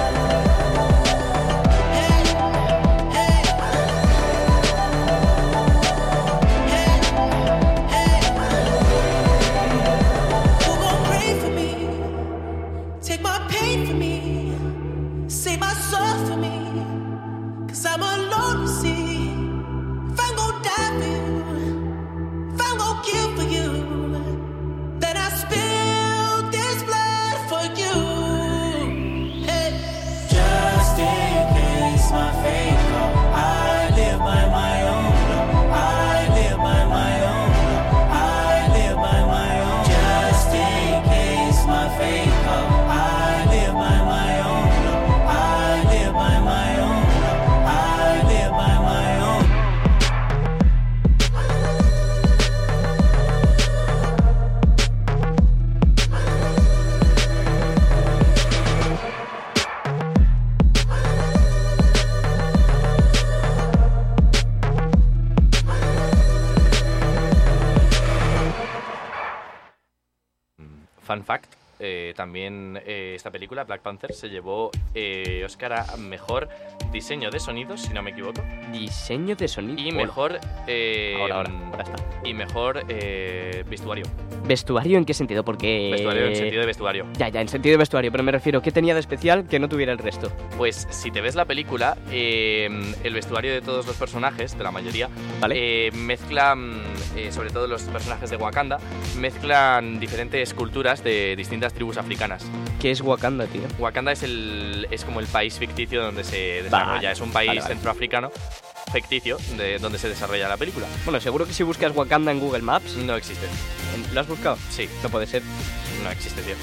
Speaker 10: Who gon' pray for me? Take my pain for me. Save my soul for me. Cause I'm alone to see. If I'm gon' die for you, if I'm gon' kill for you, then I spill this blood for you. Hey. Just
Speaker 3: fun fact, eh, también eh, esta película, Black Panther, se llevó eh, Oscar a mejor diseño de sonido, si no me equivoco,
Speaker 4: Diseño de sonido.
Speaker 3: y
Speaker 4: Bueno,
Speaker 3: mejor. eh,
Speaker 4: Ahora, ahora, ahora está.
Speaker 3: Y mejor eh, vestuario.
Speaker 4: ¿Vestuario en qué sentido? Porque.
Speaker 3: Vestuario en sentido de vestuario.
Speaker 4: Ya, ya, en sentido de vestuario, pero me refiero, ¿qué tenía de especial que no tuviera el resto?
Speaker 3: Pues si te ves la película, eh, el vestuario de todos los personajes, de la mayoría, eh, mezcla, mm, eh, sobre todo los personajes de Wakanda, mezclan diferentes culturas de distintas tribus africanas.
Speaker 4: ¿Qué es Wakanda, tío?
Speaker 3: Wakanda es, el, es como el país ficticio donde se desarrolla, es un país
Speaker 4: vale, vale.
Speaker 3: centroafricano ficticio de donde se desarrolla la película.
Speaker 4: Bueno, seguro que si buscas Wakanda en Google Maps.
Speaker 3: No existe,
Speaker 4: en- ¿Lo has buscado?
Speaker 3: sí,
Speaker 4: No puede ser.
Speaker 3: no existe, tío.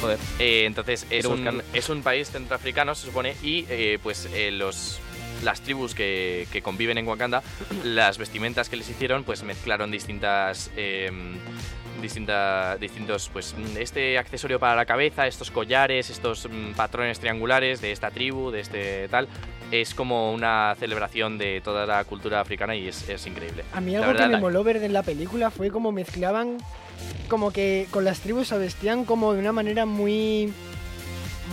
Speaker 4: Joder.
Speaker 3: Eh, entonces es
Speaker 4: Quiero
Speaker 3: un,
Speaker 4: buscarlo.
Speaker 3: es un país centroafricano, se supone, y eh, pues eh, los, las tribus que, que conviven en Wakanda, las vestimentas que les hicieron, pues mezclaron distintas... em, distinta- distintos, pues mm, este accesorio para la cabeza, estos collares, estos mm, patrones triangulares de esta tribu, de este tal, es como una celebración de toda la cultura africana y es, es increíble.
Speaker 5: A mí
Speaker 3: La
Speaker 5: algo
Speaker 3: verdad,
Speaker 5: que me
Speaker 3: la-
Speaker 5: moló ver en la película fue como mezclaban, como que con las tribus se vestían como de una manera muy...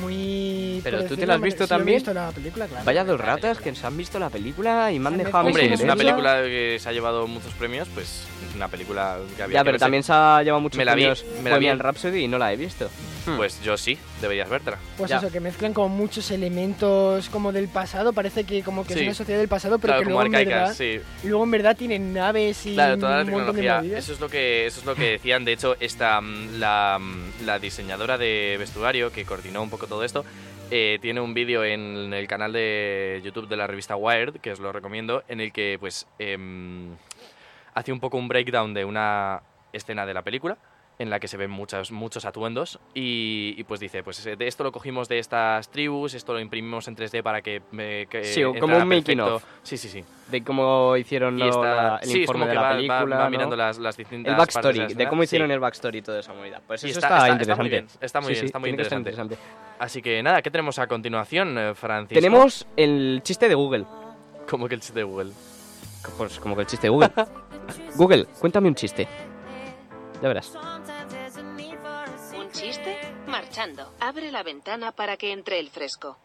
Speaker 5: Muy...
Speaker 4: Pero
Speaker 5: por
Speaker 4: tú te
Speaker 5: decirlo
Speaker 4: la has
Speaker 5: de manera-
Speaker 4: visto
Speaker 5: Sí, lo he
Speaker 4: también.
Speaker 5: visto en la película, claro.
Speaker 4: Vaya dos ratas que se han visto la película y me han
Speaker 5: Se han
Speaker 4: dejado.
Speaker 5: metido
Speaker 3: Hombre,
Speaker 5: Pues
Speaker 3: es
Speaker 5: como
Speaker 3: una
Speaker 5: mucho-
Speaker 3: película que se ha llevado muchos premios, pues una película que había
Speaker 4: Ya,
Speaker 3: que
Speaker 4: pero
Speaker 3: verse.
Speaker 4: también se ha llevado muchos
Speaker 3: Me la vi,
Speaker 4: premios
Speaker 3: me la vi.
Speaker 4: Bohemian Rhapsody y no la he visto.
Speaker 3: Pues yo sí, deberías verla.
Speaker 5: Pues
Speaker 4: Ya.
Speaker 5: eso, que mezclan como muchos elementos como del pasado, parece que como que
Speaker 3: Sí.
Speaker 5: es una sociedad del pasado, pero
Speaker 3: claro,
Speaker 5: que
Speaker 3: como
Speaker 5: luego en, verdad,
Speaker 3: arcaicas, sí.
Speaker 5: luego en verdad tienen naves y
Speaker 3: Claro, toda la
Speaker 5: un montón de
Speaker 3: tecnología.
Speaker 5: movidas.
Speaker 3: Eso es lo que eso es lo que decían. De hecho, esta mm, la, mm, la diseñadora de vestuario que coordinó un poco todo esto eh, tiene un vídeo en el canal de YouTube de la revista Wired, que os lo recomiendo, en el que pues em, hace un poco un breakdown de una escena de la película en la que se ven muchos, muchos atuendos y, y, pues dice, pues eh, de esto lo cogimos de estas tribus, esto lo imprimimos en 3D para que... eh, que
Speaker 4: Sí, o como
Speaker 3: entrara
Speaker 4: un making
Speaker 3: perfecto.
Speaker 4: of.
Speaker 3: Sí, sí, sí.
Speaker 4: De cómo hicieron
Speaker 3: Y
Speaker 4: lo-
Speaker 3: está-
Speaker 4: la- el
Speaker 3: sí, es como
Speaker 4: informe de
Speaker 3: que
Speaker 4: la
Speaker 3: va, va-
Speaker 4: película.
Speaker 3: va
Speaker 4: ¿no?
Speaker 3: mirando las, las distintas
Speaker 4: el
Speaker 3: partes
Speaker 4: backstory,
Speaker 3: la
Speaker 4: de,
Speaker 3: escena.
Speaker 4: cómo hicieron
Speaker 3: Sí.
Speaker 4: el backstory y toda esa movida. Pues
Speaker 3: Y
Speaker 4: eso
Speaker 3: está- está-
Speaker 4: está,
Speaker 3: está muy
Speaker 4: interesante.
Speaker 3: bien, está muy
Speaker 4: Sí,
Speaker 3: bien,
Speaker 4: sí,
Speaker 3: está muy
Speaker 4: tiene que estar
Speaker 3: interesante. Así que nada, ¿qué tenemos a continuación, eh, Francisco?
Speaker 4: Tenemos el chiste de Google.
Speaker 3: Como que el chiste de Google.
Speaker 4: Pues como que el chiste de Google. Google, cuéntame un chiste. Ya verás.
Speaker 11: ¿Un chiste? Marchando. Abre la ventana para que entre el fresco.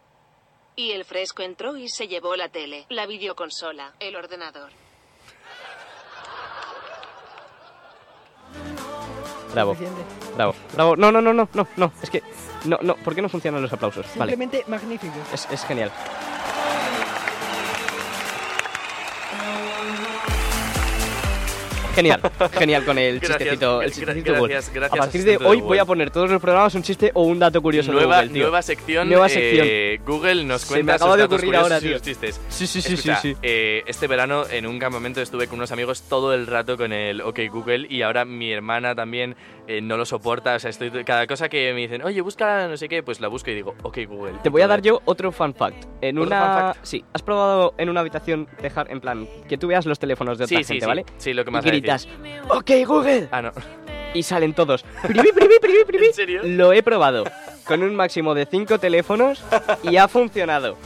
Speaker 11: Y el fresco entró y se llevó la tele, la videoconsola, el ordenador.
Speaker 4: Bravo,
Speaker 5: Suficiente.
Speaker 4: bravo, bravo. No, no, no, no, no, no. Es que. No, no, ¿por qué no funcionan los aplausos? Vale.
Speaker 5: Simplemente magnífico.
Speaker 4: Es, es genial. Genial, genial con el
Speaker 3: Gracias,
Speaker 4: chistecito, el
Speaker 3: gra-
Speaker 4: chistecito
Speaker 3: gracias,
Speaker 4: Google.
Speaker 3: gracias,
Speaker 4: a partir de
Speaker 3: asistente de
Speaker 4: hoy voy
Speaker 3: Google.
Speaker 4: a poner todos los programas un chiste o un dato curioso
Speaker 3: nueva,
Speaker 4: de Google, tío.
Speaker 3: nueva sección.
Speaker 4: Nueva
Speaker 3: eh,
Speaker 4: sección.
Speaker 3: Google nos
Speaker 4: Se
Speaker 3: cuenta
Speaker 4: me acaba
Speaker 3: sus
Speaker 4: de
Speaker 3: datos
Speaker 4: ocurrir
Speaker 3: curiosos
Speaker 4: ahora,
Speaker 3: y sus
Speaker 4: tío.
Speaker 3: chistes.
Speaker 4: Sí, sí, sí,
Speaker 3: Escucha,
Speaker 4: sí, sí.
Speaker 3: eh, este verano en un campamento estuve con unos amigos todo el rato con el OK Google y ahora mi hermana también eh, no lo soporta. O sea, estoy, cada cosa que me dicen, oye, busca no sé qué, pues la busco y digo, OK Google.
Speaker 4: Te voy a dar yo otro fun fact. En
Speaker 3: ¿Otro
Speaker 4: una
Speaker 3: fun fact?
Speaker 4: sí, has probado en una habitación dejar en plan que tú veas los teléfonos de otra
Speaker 3: Sí, sí,
Speaker 4: gente,
Speaker 3: sí.
Speaker 4: ¿vale?
Speaker 3: Sí, lo que
Speaker 4: Y
Speaker 3: más
Speaker 4: gritas, "OK, Google."
Speaker 3: Ah, no.
Speaker 4: Y salen todos. "Privi, privi, privi, privi".
Speaker 3: ¿En serio?
Speaker 4: Lo he probado con un máximo de 5 teléfonos y ha funcionado.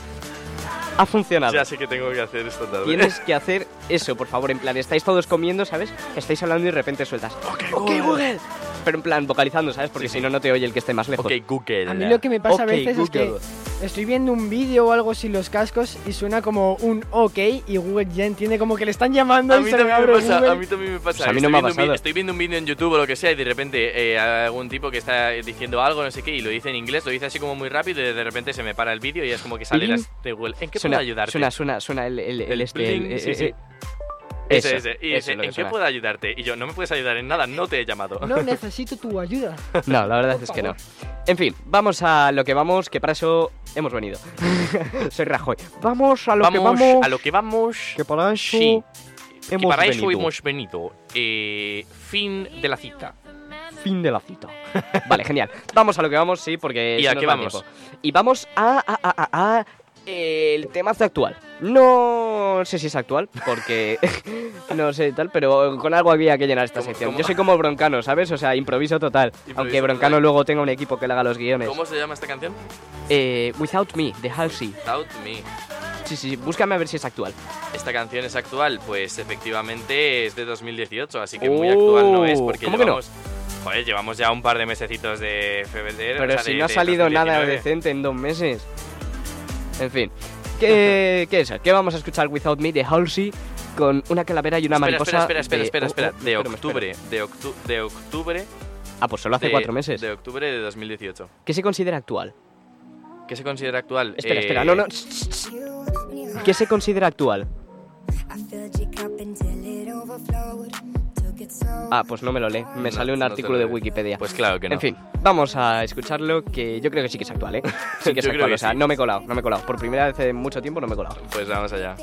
Speaker 4: Ha funcionado.
Speaker 3: Ya sé ¿eh? que tengo que hacer esta tarde.
Speaker 4: Tienes que hacer eso, por favor, en plan, estáis todos comiendo, ¿sabes? Estáis hablando y de repente sueltas. Ok, Google. Pero en plan, vocalizando, ¿sabes? Porque si no, no te oye el que esté más lejos.
Speaker 3: OK Google.
Speaker 5: A mí lo que me pasa
Speaker 4: Ok,
Speaker 5: a veces
Speaker 4: Google.
Speaker 5: es que estoy viendo un vídeo o algo sin los cascos y suena como un ok y Google ya entiende como que le están llamando
Speaker 3: A
Speaker 5: y se
Speaker 3: mí,
Speaker 5: le
Speaker 3: también
Speaker 5: abre
Speaker 3: me pasa,
Speaker 5: Google.
Speaker 3: a mí también me pasa.
Speaker 4: Pues a mí
Speaker 3: estoy,
Speaker 4: no me ha
Speaker 3: viendo un vi-
Speaker 4: pasado.
Speaker 3: estoy viendo un vídeo en YouTube o lo que sea y de repente eh, algún tipo que está diciendo algo, no sé qué, y lo dice en inglés, lo dice así como muy rápido y de repente se me para el vídeo y es como que sale
Speaker 4: Plin.
Speaker 3: las de Google. ¿En qué
Speaker 4: suena,
Speaker 3: puedo ayudarte?
Speaker 4: Suena, suena, suena el, el, el
Speaker 3: El
Speaker 4: este. el-
Speaker 3: pling,
Speaker 4: eh,
Speaker 3: sí,
Speaker 4: eh,
Speaker 3: sí.
Speaker 4: eh.
Speaker 3: Ese,
Speaker 4: Eso,
Speaker 3: ese. Y
Speaker 4: eso
Speaker 3: ese,
Speaker 4: es lo que
Speaker 3: ¿en qué
Speaker 4: suena.
Speaker 3: puedo ayudarte? Y yo, no me puedes ayudar en nada, no te he llamado.
Speaker 5: No necesito tu ayuda.
Speaker 4: No, la verdad es que no. En fin, vamos a lo que vamos, que para eso hemos venido. Soy Rajoy. Vamos a lo que
Speaker 3: vamos,
Speaker 4: vamos.
Speaker 3: a lo que vamos.
Speaker 4: Que para eso
Speaker 3: Sí.
Speaker 4: hemos
Speaker 3: y para eso
Speaker 4: venido.
Speaker 3: hemos venido. Eh, fin de la cita.
Speaker 4: Fin de la cita. Vale, genial. Vamos a lo que vamos, sí, porque.
Speaker 3: ¿Y
Speaker 4: se
Speaker 3: a
Speaker 4: nos
Speaker 3: qué
Speaker 4: va el
Speaker 3: vamos?
Speaker 4: tiempo. Y vamos a. a, a, a, a el temazo actual. No sé si es actual, porque no sé tal, pero con algo había que llenar esta
Speaker 3: ¿Cómo-
Speaker 4: sección.
Speaker 3: cómo?
Speaker 4: Yo soy como Broncano, ¿sabes? O sea, improviso total.
Speaker 3: Improviso
Speaker 4: aunque Broncano
Speaker 3: total.
Speaker 4: luego tenga un equipo que le haga los guiones.
Speaker 3: ¿Cómo se llama esta canción?
Speaker 4: Eh, Without Me, de Halsey.
Speaker 3: Without Me.
Speaker 4: Sí, sí, sí, búscame a ver si es actual.
Speaker 3: Esta canción es actual, pues efectivamente es de 2018, así que muy actual no es
Speaker 4: Oh,
Speaker 3: porque
Speaker 4: ¿cómo que no?
Speaker 3: llevamos- Joder, llevamos ya un par de mesecitos de febrero. o
Speaker 4: Pero
Speaker 3: sea,
Speaker 4: si
Speaker 3: de-
Speaker 4: no ha
Speaker 3: de
Speaker 4: salido nada
Speaker 3: 2019.
Speaker 4: decente en dos meses. En fin. ¿Qué, qué es? ¿Qué vamos a escuchar Without Me de Halsey con una calavera y una
Speaker 3: Espera,
Speaker 4: mariposa?
Speaker 3: espera, espera, espera, espera,
Speaker 4: de- oh,
Speaker 3: espera.
Speaker 4: oh,
Speaker 3: De
Speaker 4: espérame,
Speaker 3: octubre, de, octu- de octubre.
Speaker 4: espérame. Ah, pues solo hace
Speaker 3: de-
Speaker 4: cuatro meses.
Speaker 3: De octubre de 2018.
Speaker 4: ¿Qué se considera actual?
Speaker 3: ¿Qué se considera actual?
Speaker 4: Espera,
Speaker 3: Eh,
Speaker 4: espera, no, no. shh, shh, shh. ¿Qué se considera actual? Ah, pues no me lo lee. Me
Speaker 3: No,
Speaker 4: sale un
Speaker 3: no te
Speaker 4: artículo
Speaker 3: lo
Speaker 4: de
Speaker 3: leo.
Speaker 4: Wikipedia.
Speaker 3: Pues claro que no.
Speaker 4: En fin, vamos a escucharlo, que yo creo que sí que es actual, ¿eh? Sí que es
Speaker 3: Yo creo
Speaker 4: actual,
Speaker 3: que
Speaker 4: o sea,
Speaker 3: sí.
Speaker 4: no me he colado, no me he colado. Por primera vez en mucho tiempo no me he colado.
Speaker 3: Pues vamos allá.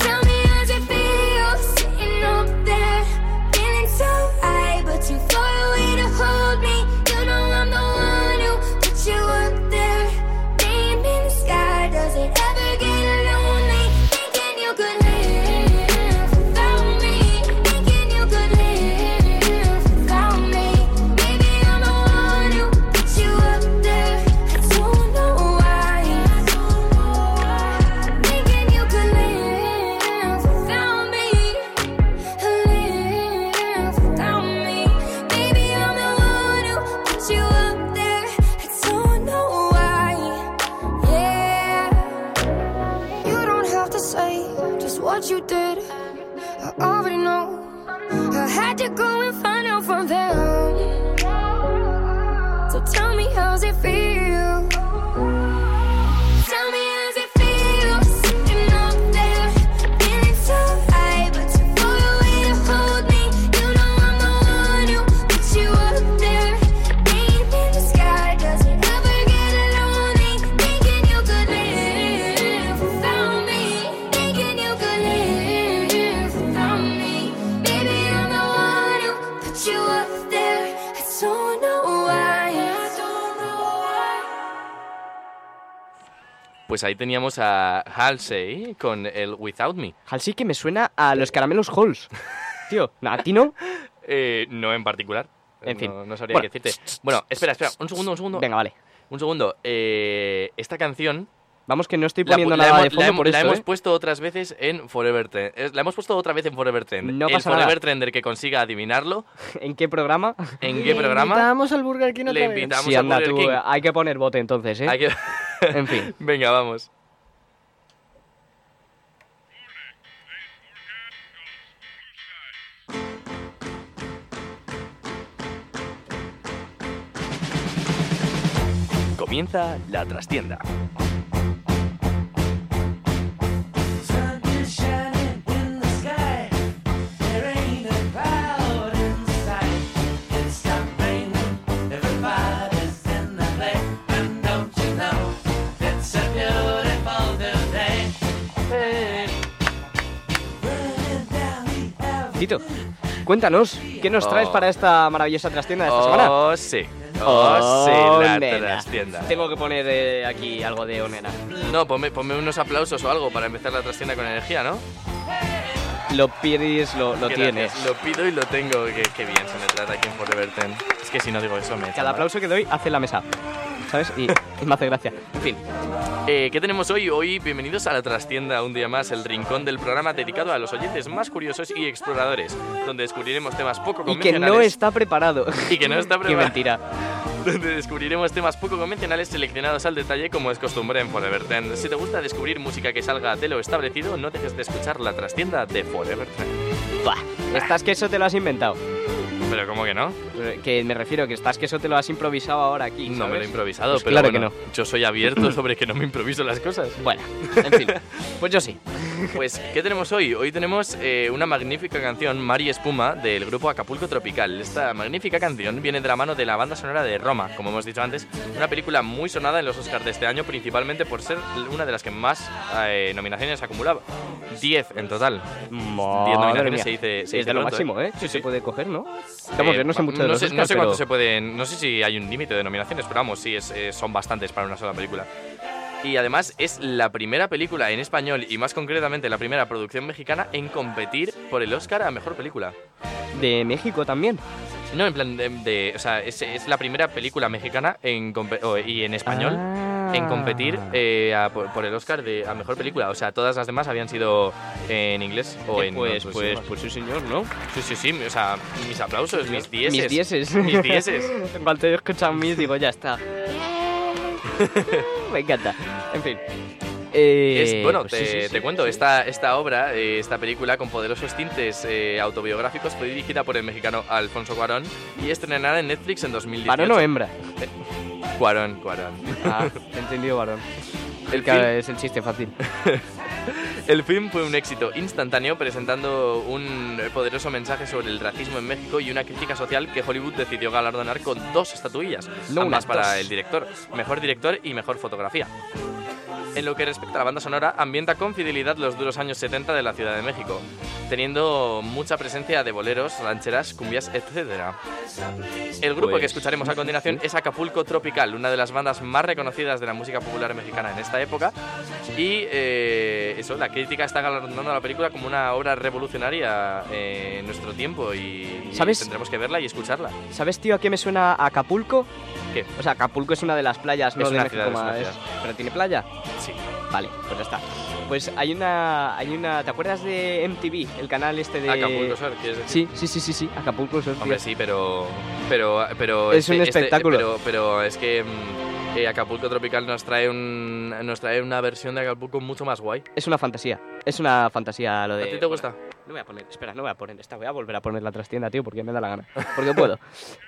Speaker 1: Tell me how's it feel sitting up there, feeling so high, but too far away to hold me. You know I'm the one who put you up there, name in the sky. Does it ever get lonely? Thinking you could live without me, thinking you could live without me. Maybe I'm the one who put you up there. I don't know why. Thinking you could live without me, live without me. Maybe I'm the one who put you up there. I don't know why. Yeah,
Speaker 12: You don't have to say just what you did. I already know. I had to go and find out from them. So tell me how's it feel?
Speaker 1: tell me how's it feel sitting up there, feeling so high, but too far away to hold me. You know I'm the one who put you up there, name in the sky. Does it ever get lonely? Thinking you could live without me, thinking you could live without me. Maybe I'm the one who put you up there. I don't know why. I don't know why.
Speaker 3: Pues ahí teníamos a Halsey con el Without Me.
Speaker 4: Halsey que me suena a los caramelos Halls. Tío, ¿a ti no?
Speaker 3: Eh, no en particular.
Speaker 4: En
Speaker 3: No-
Speaker 4: fin.
Speaker 3: No sabría
Speaker 4: Bueno.
Speaker 3: qué decirte. Bueno, espera, espera. Un segundo, un segundo.
Speaker 4: Venga, vale.
Speaker 3: Un segundo. Eh, esta canción
Speaker 4: Vamos que no estoy
Speaker 3: la,
Speaker 4: poniendo
Speaker 3: la
Speaker 4: nada
Speaker 3: hemos-
Speaker 4: de
Speaker 3: la
Speaker 4: fondo
Speaker 3: hemos-
Speaker 4: por
Speaker 3: la
Speaker 4: esto,
Speaker 3: hemos
Speaker 4: ¿eh?
Speaker 3: puesto otras veces en Forever Trend. Es- La hemos puesto otra vez en Forever Trend.
Speaker 4: No
Speaker 3: el
Speaker 4: pasa nada.
Speaker 3: Forever Trender que consiga adivinarlo.
Speaker 4: ¿En qué programa?
Speaker 3: ¿En
Speaker 5: Le
Speaker 3: qué programa?
Speaker 5: Invitamos al Burger King
Speaker 3: Le
Speaker 5: otra vez.
Speaker 3: invitamos
Speaker 4: Sí,
Speaker 3: a
Speaker 4: anda
Speaker 3: Burger
Speaker 4: tú,
Speaker 3: King.
Speaker 4: eh, hay que poner bote entonces, ¿eh?
Speaker 3: Hay que-
Speaker 4: En fin.
Speaker 3: Venga, vamos. Comienza la trastienda.
Speaker 4: Tito, cuéntanos, ¿qué nos traes
Speaker 3: Oh.
Speaker 4: para esta maravillosa trastienda de esta semana?
Speaker 3: Oh, sí. Oh, sí, la
Speaker 4: nena.
Speaker 3: trastienda.
Speaker 4: Tengo que poner eh, aquí algo de onera.
Speaker 3: No, ponme, ponme unos aplausos o algo para empezar la trastienda con energía, ¿no?
Speaker 4: Lo pides, lo, lo
Speaker 3: Que
Speaker 4: tienes.
Speaker 3: gracias. Lo pido y lo tengo. Qué, qué bien se me trata aquí en Forever Trend. Es que si no digo eso me echan,
Speaker 4: Cada
Speaker 3: ¿vale?
Speaker 4: aplauso que doy hace la mesa. ¿Sabes? Y me hace gracia. En fin.
Speaker 3: Eh, ¿Qué tenemos hoy? Hoy, bienvenidos a la trastienda, un día más, el rincón del programa dedicado a los oyentes más curiosos y exploradores, donde descubriremos temas poco
Speaker 4: Y que
Speaker 3: convencionales.
Speaker 4: no está preparado.
Speaker 3: Y que no está
Speaker 4: Qué
Speaker 3: preparado.
Speaker 4: mentira.
Speaker 3: donde descubriremos temas poco convencionales seleccionados al detalle como es costumbre en Forever Trend. Si te gusta descubrir música que salga de lo establecido, no dejes de escuchar la trastienda de Forever Trend.
Speaker 4: Buah, Estás que eso te lo has inventado.
Speaker 3: Pero ¿cómo que no?
Speaker 4: Pero Que me refiero, que estás que eso te lo has improvisado ahora aquí.
Speaker 3: No me lo he
Speaker 4: ¿sabes?
Speaker 3: improvisado,
Speaker 4: Pues
Speaker 3: pero
Speaker 4: claro
Speaker 3: bueno,
Speaker 4: que
Speaker 3: yo soy abierto sobre que no me improviso las cosas.
Speaker 4: no. Bueno, en fin. Pues yo sí.
Speaker 3: Pues, ¿qué tenemos hoy? Hoy tenemos eh, una magnífica canción, Mari Espuma, del grupo Acapulco Tropical. Esta magnífica canción viene de la mano de la banda sonora de Roma, como hemos dicho antes, una película muy sonada en los Oscars de este año, principalmente por ser una de las que más eh, nominaciones acumulaba. Diez en total. Diez
Speaker 4: Madre mía.
Speaker 3: nominaciones se dice, se
Speaker 4: es
Speaker 3: dice
Speaker 4: de lo
Speaker 3: pronto,
Speaker 4: máximo, ¿eh? Sí, se puede coger, ¿no? Vamos,
Speaker 3: Eh,
Speaker 4: yo no sé mucho de
Speaker 3: no
Speaker 4: los
Speaker 3: sé, no
Speaker 4: Oscars,
Speaker 3: sé cuánto
Speaker 4: pero-
Speaker 3: se pueden. No sé si hay un límite de nominaciones, pero vamos, sí, es, eh, son bastantes para una sola película. Y además es la primera película en español y más concretamente la primera producción mexicana en competir por el Oscar a mejor película.
Speaker 4: De México también.
Speaker 3: No, en plan de. de- o sea, es, es la primera película mexicana en compe- o- y en español
Speaker 4: Ah.
Speaker 3: en competir eh, a- por, por el Oscar de, a mejor película. O sea, todas las demás habían sido en inglés o
Speaker 4: Eh,
Speaker 3: en.
Speaker 4: pues-
Speaker 3: otros
Speaker 4: pues-
Speaker 3: idiomas.
Speaker 4: pues sí, señor, ¿no?
Speaker 3: Sí, sí, sí. O sea, mis aplausos, mis dieces.
Speaker 4: Mis dieces.
Speaker 3: Mis dieces.
Speaker 4: En cuanto he escuchado mis, digo, ya está. Me encanta. En fin. Eh,
Speaker 3: Es- bueno,
Speaker 4: pues
Speaker 3: te,
Speaker 4: sí, sí,
Speaker 3: te
Speaker 4: sí,
Speaker 3: cuento,
Speaker 4: sí.
Speaker 3: esta, esta obra, eh, esta película con poderosos tintes eh, autobiográficos fue dirigida por el mexicano Alfonso Cuarón y estrenada en Netflix en 2018.
Speaker 4: ¿Varón o hembra?
Speaker 3: Cuarón, Cuarón.
Speaker 4: Ah, he entendido varón.
Speaker 3: El
Speaker 4: Claro,
Speaker 3: film-
Speaker 4: es el chiste fácil.
Speaker 3: El film fue un éxito instantáneo presentando un poderoso mensaje sobre el racismo en México y una crítica social que Hollywood decidió galardonar con dos estatuillas,
Speaker 4: No,
Speaker 3: ambas
Speaker 4: una,
Speaker 3: para
Speaker 4: dos.
Speaker 3: el director, mejor director y mejor fotografía. En lo que respecta a la banda sonora, ambienta con fidelidad los duros años 70 de la Ciudad de México, teniendo mucha presencia de boleros, rancheras, cumbias, etc. El grupo
Speaker 4: Pues,
Speaker 3: que escucharemos a continuación es Acapulco Tropical, una de las bandas más reconocidas de la música popular mexicana en esta época. Y eh, eso, la crítica está galardonando a la película como una obra revolucionaria eh, en nuestro tiempo y, y
Speaker 4: ¿Sabes?
Speaker 3: tendremos que verla y escucharla.
Speaker 4: ¿Sabes, tío, a qué me suena Acapulco?
Speaker 3: ¿Qué?
Speaker 4: O sea, Acapulco es una de las playas, no
Speaker 3: Es
Speaker 4: de
Speaker 3: una
Speaker 4: México
Speaker 3: ciudad, es una
Speaker 4: más.
Speaker 3: ciudad.
Speaker 4: ¿Pero tiene playa?
Speaker 3: Sí.
Speaker 4: Vale, pues ya está. Pues hay una, hay una. ¿Te acuerdas de MTV? El canal este de.
Speaker 3: Acapulco Sur, ¿quieres decir?
Speaker 4: Sí, sí, sí, sí, sí. Acapulco Sur. tío.
Speaker 3: Hombre, sí, pero. pero, pero este,
Speaker 4: Es un espectáculo.
Speaker 3: pero, pero es que mm, eh, Acapulco Tropical nos trae, un, nos trae una versión de Acapulco mucho más guay.
Speaker 4: Es una fantasía. Es una fantasía lo
Speaker 3: ¿A
Speaker 4: de.
Speaker 3: ti te gusta?
Speaker 4: No voy a poner, espera, no voy a poner esta, voy a volver a poner la trastienda, tío, porque me da la gana. Porque puedo.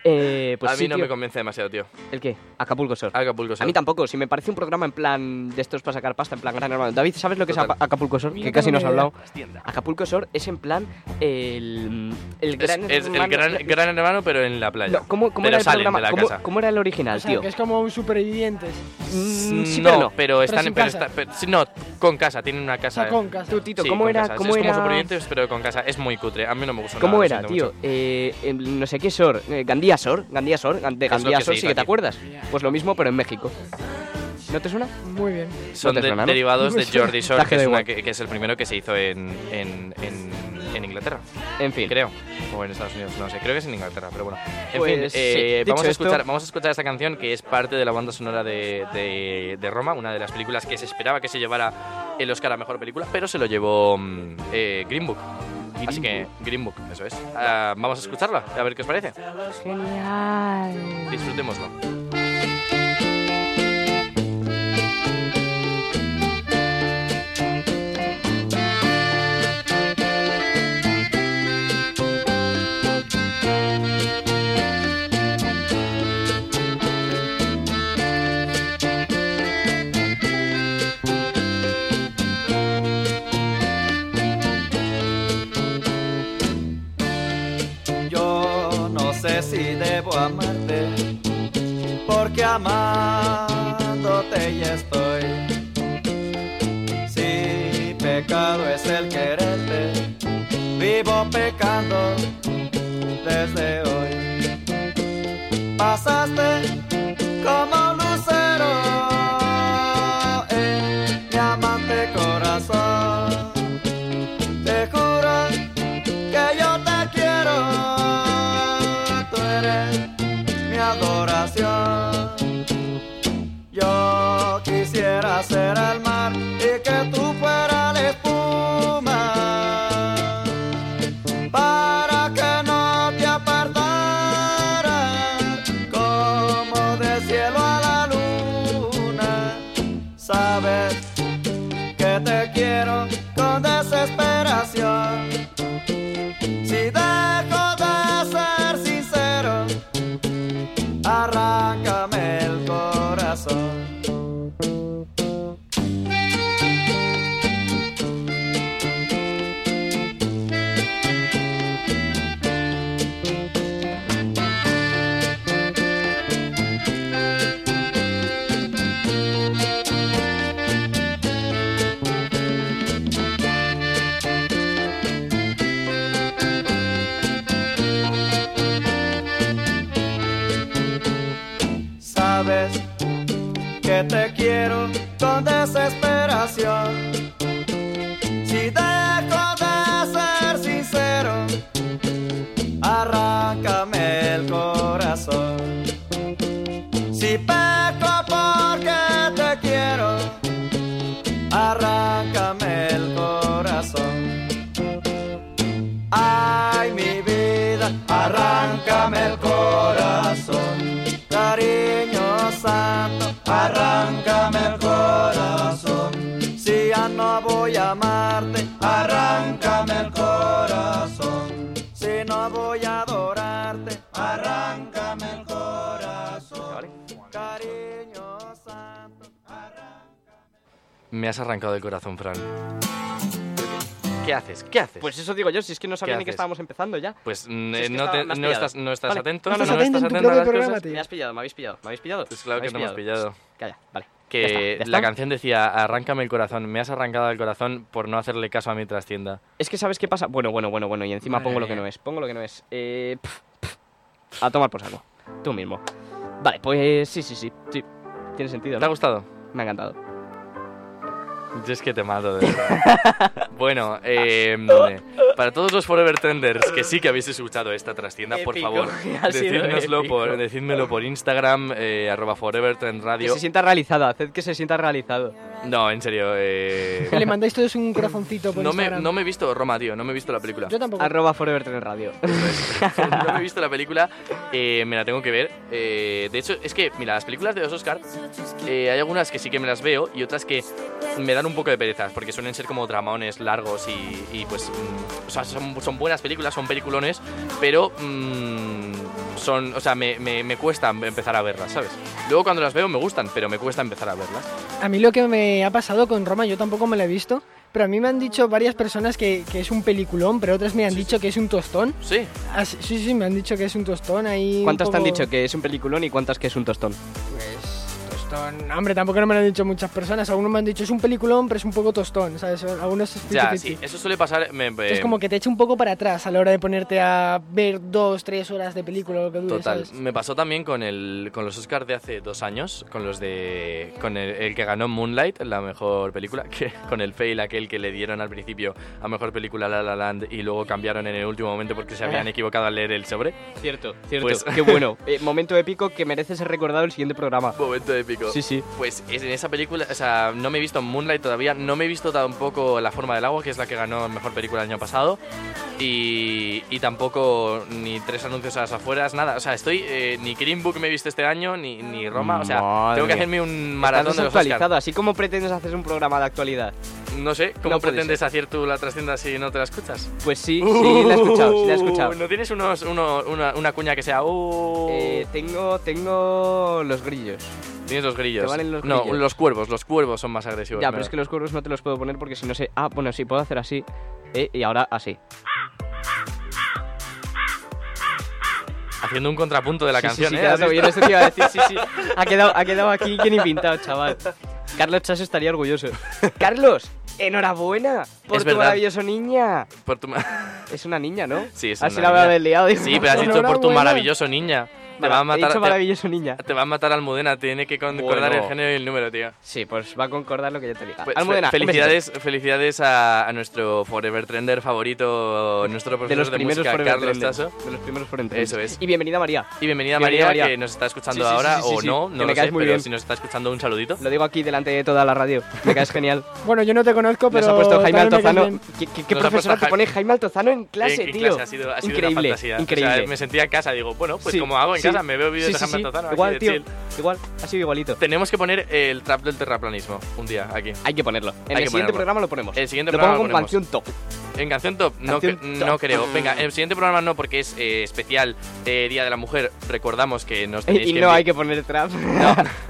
Speaker 4: Eh, pues
Speaker 3: a mí
Speaker 4: sí,
Speaker 3: no
Speaker 4: tío.
Speaker 3: me convence demasiado, tío.
Speaker 4: ¿El qué? Acapulco Sur.
Speaker 3: Acapulco Sur.
Speaker 4: A mí tampoco, si me parece un programa en plan de estos para sacar pasta, en plan gran hermano. David, ¿sabes lo que
Speaker 3: Total.
Speaker 4: es Apa- Acapulco Sur?
Speaker 5: Yo
Speaker 4: Que
Speaker 5: no
Speaker 4: casi
Speaker 5: tengo
Speaker 4: nos ha
Speaker 5: ni idea.
Speaker 4: hablado. Acapulco Sur es en plan el, el
Speaker 3: Es,
Speaker 4: gran
Speaker 3: es el
Speaker 4: hermano-
Speaker 3: gran, gran hermano, pero en la playa.
Speaker 4: No, ¿Cómo, cómo
Speaker 3: pero
Speaker 4: era el
Speaker 3: salen
Speaker 4: programa?
Speaker 3: de la
Speaker 4: ¿Cómo,
Speaker 3: casa.
Speaker 4: cómo era el original,
Speaker 5: O sea,
Speaker 4: tío?
Speaker 5: que es como un supervivientes.
Speaker 4: Mm, sí,
Speaker 3: no,
Speaker 4: pero
Speaker 3: pero,
Speaker 4: no.
Speaker 3: están
Speaker 5: sin
Speaker 3: pero
Speaker 5: casa.
Speaker 3: está- pero- sí, no, con casa, tienen una
Speaker 5: O
Speaker 3: casa.
Speaker 5: sea, con casa.
Speaker 4: Tú, Tito,
Speaker 3: Sí,
Speaker 4: ¿cómo
Speaker 3: con
Speaker 4: era?
Speaker 3: casa.
Speaker 4: ¿Cómo
Speaker 3: es
Speaker 4: era?
Speaker 3: como supervivientes, pero con casa. Es muy cutre. A mí no me gusta nada,
Speaker 4: ¿Cómo
Speaker 3: lo
Speaker 4: era,
Speaker 3: siento
Speaker 4: tío?
Speaker 3: mucho.
Speaker 4: Eh, en- no sé qué Sor, eh, Gandía Sor, Gandía Sor, Gan- de
Speaker 3: Es lo
Speaker 4: Gandía
Speaker 3: que se
Speaker 4: Sor,
Speaker 3: hizo
Speaker 4: sí que te
Speaker 3: aquí.
Speaker 4: acuerdas. Pues lo mismo, pero en México. ¿No te suena?
Speaker 5: Muy bien.
Speaker 3: Son
Speaker 4: te
Speaker 3: de-
Speaker 4: suena, ¿no?
Speaker 3: derivados de Jordi Shore,
Speaker 4: Traje
Speaker 3: que es,
Speaker 4: de
Speaker 3: una
Speaker 4: guay.
Speaker 3: que, que es el primero que se hizo en, en, en- en Inglaterra,
Speaker 4: En fin.
Speaker 3: creo. O en Estados Unidos, no sé. Creo que es en Inglaterra, pero bueno. En
Speaker 4: Pues,
Speaker 3: fin, eh,
Speaker 4: sí.
Speaker 3: vamos,
Speaker 4: Dicho
Speaker 3: a
Speaker 4: esto-
Speaker 3: escuchar, vamos a escuchar esta canción que es parte de la banda sonora de, de- de Roma, una de las películas que se esperaba que se llevara el Oscar a Mejor Película, pero se lo llevó mm, eh, Green Book. Así que Green Book, eso es. Ah, vamos a escucharla, a ver qué os parece.
Speaker 12: Genial.
Speaker 3: Disfrutémoslo.
Speaker 6: Yo no sé si debo amarte, porque amándote ya estoy. Si pecado es el quererte, vivo pecando desde hoy. Pasaste como un lucero en mi amante corazón. Te juro que yo te quiero. Tú eres mi adoración. Yo
Speaker 13: que te quiero con desesperación. Si dejo de ser sincero, arráncame el corazón. Si peco porque te quiero, arráncame el corazón. Ay, mi vida, arráncame el corazón. Cariño santo, arráncame el corazón. Si ya no voy a amarte, arráncame el corazón. Si no voy a adorarte, arráncame el corazón. Cariño santo,
Speaker 3: Me has arrancado el corazón, Fran. ¿Qué haces? ¿Qué haces?
Speaker 4: Pues eso digo yo, si es que no sabía
Speaker 3: ¿Qué
Speaker 4: ni que
Speaker 3: haces?
Speaker 4: estábamos empezando ya.
Speaker 3: Pues mm,
Speaker 4: Si es
Speaker 3: eh,
Speaker 4: que
Speaker 3: no,
Speaker 4: estaba-
Speaker 3: te-
Speaker 4: me has
Speaker 3: no
Speaker 4: pillado.
Speaker 3: estás, no estás
Speaker 4: Vale.
Speaker 3: atento.
Speaker 4: No,
Speaker 3: no,
Speaker 4: no, no,
Speaker 3: estás
Speaker 4: estás
Speaker 3: atento a las cosas.
Speaker 4: Me has pillado, me habéis pillado, me habéis pillado.
Speaker 3: Pues claro
Speaker 4: Me
Speaker 3: que no me has
Speaker 4: habéis
Speaker 3: pillado.
Speaker 4: Calla, vale.
Speaker 3: Que
Speaker 4: Ya está, ya
Speaker 3: la
Speaker 4: está.
Speaker 3: canción decía, arráncame el corazón, me has arrancado el corazón por no hacerle caso a mi trastienda.
Speaker 4: Es que sabes qué pasa. Bueno, bueno, bueno, bueno. Y encima
Speaker 3: Madre
Speaker 4: pongo lo que
Speaker 3: mía.
Speaker 4: no es. Pongo lo que no es. Eh, pf, pf. a tomar por saco. Tú mismo. Vale, pues sí, sí, sí. sí. Tiene sentido. ¿no?
Speaker 3: ¿Te ha gustado?
Speaker 4: Me ha encantado.
Speaker 3: Yo es que te mato, de verdad. bueno, eh, mm, para todos los Forever Trenders que sí que habéis escuchado esta trastienda, por
Speaker 4: Épico,
Speaker 3: favor,
Speaker 4: ha sido
Speaker 3: decídnoslo
Speaker 4: épico.
Speaker 3: por, decídmelo por Instagram, eh, arroba Forever Trend
Speaker 4: Que
Speaker 3: Radio.
Speaker 4: se sienta realizado. Haced que se sienta realizado.
Speaker 3: No, en serio. eh,
Speaker 5: Le mandáis todos un corazoncito por
Speaker 3: no, me,
Speaker 5: Instagram.
Speaker 3: no me he visto Roma, tío, no me he visto la película.
Speaker 5: Yo tampoco.
Speaker 4: Arroba Forever Trend Radio.
Speaker 3: no me he visto la película, eh, me la tengo que ver. Eh, de hecho, es que, mira, las películas de los Oscar, eh, hay algunas que sí que me las veo y otras que me dan un poco de perezas, porque suelen ser como dramones largos y, y, pues, mm, o sea, son, son buenas películas, son peliculones, pero mm, son, o sea, me, me, me cuesta empezar a verlas, ¿sabes? Luego cuando las veo me gustan, pero me cuesta empezar a verlas.
Speaker 5: A mí lo que me ha pasado con Roma, yo tampoco me la he visto, pero a mí me han dicho varias personas que, que es un peliculón, pero otras me han dicho que es un tostón.
Speaker 3: Sí.
Speaker 5: Ah, sí, sí, sí, me han dicho que es un tostón ahí. un
Speaker 4: ¿Cuántas te han
Speaker 5: poco- Pues,
Speaker 4: dicho que es un peliculón y cuántas que es un tostón?
Speaker 5: Tostón. Hombre, tampoco no me lo han dicho muchas personas. Algunos me han dicho es un peliculón, pero es un poco tostón, ¿sabes? Algunos es 50-50.
Speaker 3: Ya, sí, eso suele pasar... me- eh, me-
Speaker 5: Es como que te echa un poco para atrás a la hora de ponerte a ver dos, tres horas de película o lo que dure,
Speaker 3: Total.
Speaker 5: ¿sabes?
Speaker 3: Me pasó también con, el, con los Oscars de hace dos años, con los de. con el, el que ganó Moonlight, la mejor película, que, con el fail aquel que le dieron al principio a mejor película La La Land y luego cambiaron en el último momento porque se habían equivocado al leer el sobre.
Speaker 4: Cierto, cierto.
Speaker 3: Pues-
Speaker 4: Qué bueno. Eh, momento épico que merece ser recordado el siguiente programa.
Speaker 3: Momento épico.
Speaker 4: Sí, sí.
Speaker 3: Pues es- en esa película, o sea, no me he visto Moonlight todavía, no me he visto tampoco La Forma del Agua, que es la que ganó mejor película el año pasado, y, y tampoco ni tres anuncios a las afueras, nada. O sea, estoy. eh, ni Green Book me he visto este año, ni, ni Roma, o sea,
Speaker 4: Madre
Speaker 3: tengo que
Speaker 4: mía.
Speaker 3: hacerme un maratón
Speaker 4: Estás
Speaker 3: de los Oscars.
Speaker 4: actualizado. Así como pretendes hacer un programa de actualidad.
Speaker 3: No sé, ¿cómo
Speaker 4: No puede
Speaker 3: pretendes hacer tú la trascienda si no te la escuchas?
Speaker 4: Pues sí, sí, la he escuchado, sí, la he escuchado.
Speaker 3: Uh, ¿No tienes unos, uno- una, una cuña que sea... uh?
Speaker 4: Eh, tengo, tengo los grillos.
Speaker 3: tienes los grillos.
Speaker 4: te valen los
Speaker 3: no,
Speaker 4: grillos.
Speaker 3: los cuervos, los cuervos son más agresivos.
Speaker 4: ya,
Speaker 3: me
Speaker 4: pero es
Speaker 3: da.
Speaker 4: que los cuervos no te los puedo poner porque si no sé. Ah, bueno, sí, puedo hacer así. eh, y ahora así.
Speaker 3: Haciendo un contrapunto de la
Speaker 4: Sí, sí,
Speaker 3: canción,
Speaker 4: sí,
Speaker 3: ¿eh?
Speaker 4: quedado
Speaker 3: ¿Has visto?
Speaker 4: bien, eso te iba a decir, sí, sí. Ha quedado, ha quedado aquí quien invitado, chaval. Carlos Chaso estaría orgulloso. Carlos, enhorabuena por
Speaker 3: Es
Speaker 4: tu
Speaker 3: verdad.
Speaker 4: maravilloso niña.
Speaker 3: Por tu ma-
Speaker 4: Es una niña, ¿no?
Speaker 3: Sí, es
Speaker 4: Así
Speaker 3: una
Speaker 4: la voy a
Speaker 3: niña.
Speaker 4: haber liado.
Speaker 3: Sí, pero has dicho por tu maravilloso niña. Te va a
Speaker 4: He
Speaker 3: matar,
Speaker 4: dicho
Speaker 3: te,
Speaker 4: maravilloso niña.
Speaker 3: te va a matar Almudena, tiene que concordar
Speaker 4: Bueno.
Speaker 3: el género y el número, tío.
Speaker 4: Sí, pues va a concordar lo que yo te diga.
Speaker 3: Pues, fe-
Speaker 4: Ah, Almudena, un besito.
Speaker 3: felicidades, felicidades a, a nuestro Forever Trender favorito, nuestro profesor
Speaker 4: De
Speaker 3: de,
Speaker 4: los primeros
Speaker 3: música,
Speaker 4: por
Speaker 3: Carlos
Speaker 4: Entender.
Speaker 3: Tasso.
Speaker 4: De los primeros por Entender.
Speaker 3: Eso es.
Speaker 4: Y bienvenida María.
Speaker 3: Y bienvenida,
Speaker 4: Bienvenida,
Speaker 3: María,
Speaker 4: María.
Speaker 3: que nos está escuchando
Speaker 4: Sí, sí, sí,
Speaker 3: ahora
Speaker 4: sí, sí,
Speaker 3: o
Speaker 4: sí.
Speaker 3: no, no
Speaker 4: Que me
Speaker 3: lo
Speaker 4: caes
Speaker 3: sé,
Speaker 4: muy
Speaker 3: pero
Speaker 4: bien.
Speaker 3: si nos está escuchando un saludito.
Speaker 4: Lo digo aquí delante de toda la radio. Me caes genial.
Speaker 5: Bueno, yo no te conozco, pero.
Speaker 4: Nos ha puesto Jaime
Speaker 5: también me caes
Speaker 4: Altozano.
Speaker 5: bien.
Speaker 4: ¿Qué, qué, qué
Speaker 3: Nos ha
Speaker 4: profesora
Speaker 3: puesto
Speaker 4: te
Speaker 3: Ja-
Speaker 4: pone Jaime Altozano en clase,
Speaker 3: Eh, En- en
Speaker 4: tío?
Speaker 3: clase ha sido, ha sido
Speaker 4: increíble,
Speaker 3: una fantasía. O
Speaker 4: increíble.
Speaker 3: sea, me sentía en casa, digo, bueno, pues
Speaker 4: Sí,
Speaker 3: como hago en
Speaker 4: sí.
Speaker 3: casa, me veo vídeos
Speaker 4: Sí,
Speaker 3: de
Speaker 4: sí,
Speaker 3: Jaime
Speaker 4: sí.
Speaker 3: Altozano aquí
Speaker 4: Igual,
Speaker 3: de
Speaker 4: tío.
Speaker 3: chill.
Speaker 4: Igual, ha sido igualito.
Speaker 3: Tenemos que poner el trap del terraplanismo un día aquí.
Speaker 4: Hay que ponerlo. En
Speaker 3: Hay
Speaker 4: el
Speaker 3: que
Speaker 4: siguiente
Speaker 3: ponerlo.
Speaker 4: programa lo ponemos.
Speaker 3: El siguiente
Speaker 4: lo
Speaker 3: programa
Speaker 4: pongo
Speaker 3: lo
Speaker 4: con
Speaker 3: ponemos.
Speaker 4: canción top.
Speaker 3: En Canción Top, no,
Speaker 4: Canción
Speaker 3: cre-
Speaker 4: Top.
Speaker 3: no creo. Venga, el siguiente programa no, porque es eh, especial eh, Día de la Mujer. Recordamos que nos tenéis
Speaker 4: Y
Speaker 3: que
Speaker 4: no
Speaker 3: envi-
Speaker 4: hay que poner trap.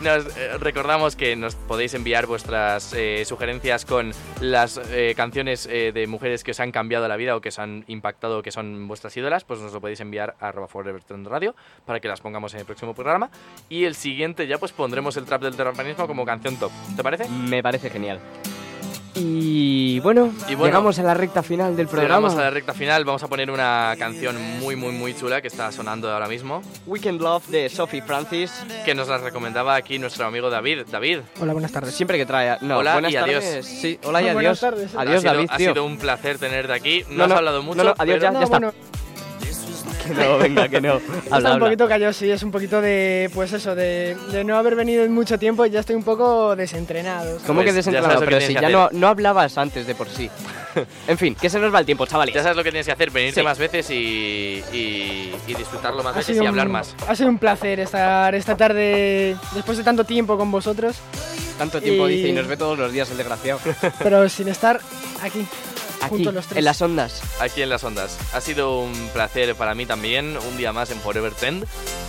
Speaker 3: Nos, eh, recordamos que nos podéis enviar vuestras eh, sugerencias con las eh, canciones eh, de mujeres que os han cambiado la vida o que os han impactado o que son vuestras ídolas, pues nos lo podéis enviar a arroba Forever Trend Radio para que las pongamos en el próximo programa. Y el siguiente ya pues pondremos el trap del terraplanismo como canción top. ¿Te parece?
Speaker 4: Me parece genial. Y bueno,
Speaker 3: Y bueno,
Speaker 4: llegamos a la recta final del programa.
Speaker 3: Llegamos a la recta final, vamos a poner una canción muy, muy, muy chula que está sonando ahora mismo,
Speaker 4: Weekend Love de Sophie Francis.
Speaker 3: que nos la recomendaba aquí nuestro amigo David. David,
Speaker 5: Hola, buenas tardes.
Speaker 4: Siempre que trae. a- No,
Speaker 3: Hola
Speaker 4: buenas
Speaker 3: y adiós.
Speaker 4: tardes. Sí, hola y
Speaker 5: Ah, buenas
Speaker 4: adiós.
Speaker 5: tardes.
Speaker 3: ha
Speaker 4: Adiós,
Speaker 3: sido,
Speaker 4: David,
Speaker 3: ha
Speaker 4: tío.
Speaker 3: sido un placer tenerte aquí. No,
Speaker 4: No,
Speaker 3: has
Speaker 4: no,
Speaker 3: hablado
Speaker 4: no,
Speaker 3: mucho.
Speaker 4: no, adiós,
Speaker 3: pero-
Speaker 4: ya está.
Speaker 5: bueno,
Speaker 4: Que no, venga, que no.
Speaker 5: está
Speaker 4: Habla,
Speaker 5: un
Speaker 4: habla.
Speaker 5: poquito callado, sí, es un poquito de, pues eso, de, de no haber venido en mucho tiempo y ya estoy un poco desentrenado.
Speaker 4: ¿Cómo
Speaker 3: Pues ya
Speaker 4: que
Speaker 3: sabes
Speaker 4: desentrenado?
Speaker 3: lo que
Speaker 4: Pero
Speaker 3: tienes
Speaker 4: si
Speaker 3: que
Speaker 4: ya
Speaker 3: hacer.
Speaker 4: no, no hablabas antes de por sí. En fin, que se nos va el tiempo, chavales.
Speaker 3: Ya sabes lo que tienes que hacer, venirte
Speaker 4: Sí.
Speaker 3: más veces y, y- y disfrutarlo más
Speaker 5: Ha
Speaker 3: veces
Speaker 5: sido
Speaker 3: y
Speaker 5: un-
Speaker 3: hablar más.
Speaker 5: Ha sido un placer estar esta tarde después de tanto tiempo con vosotros,
Speaker 4: Tanto tiempo
Speaker 5: Y-
Speaker 4: dice y nos ve todos los días el desgraciado.
Speaker 5: pero sin estar aquí,
Speaker 4: Aquí,
Speaker 5: juntos los tres.
Speaker 4: en las ondas.
Speaker 3: Aquí en las ondas. Ha sido un placer para mí también, un día más en Forever Trend.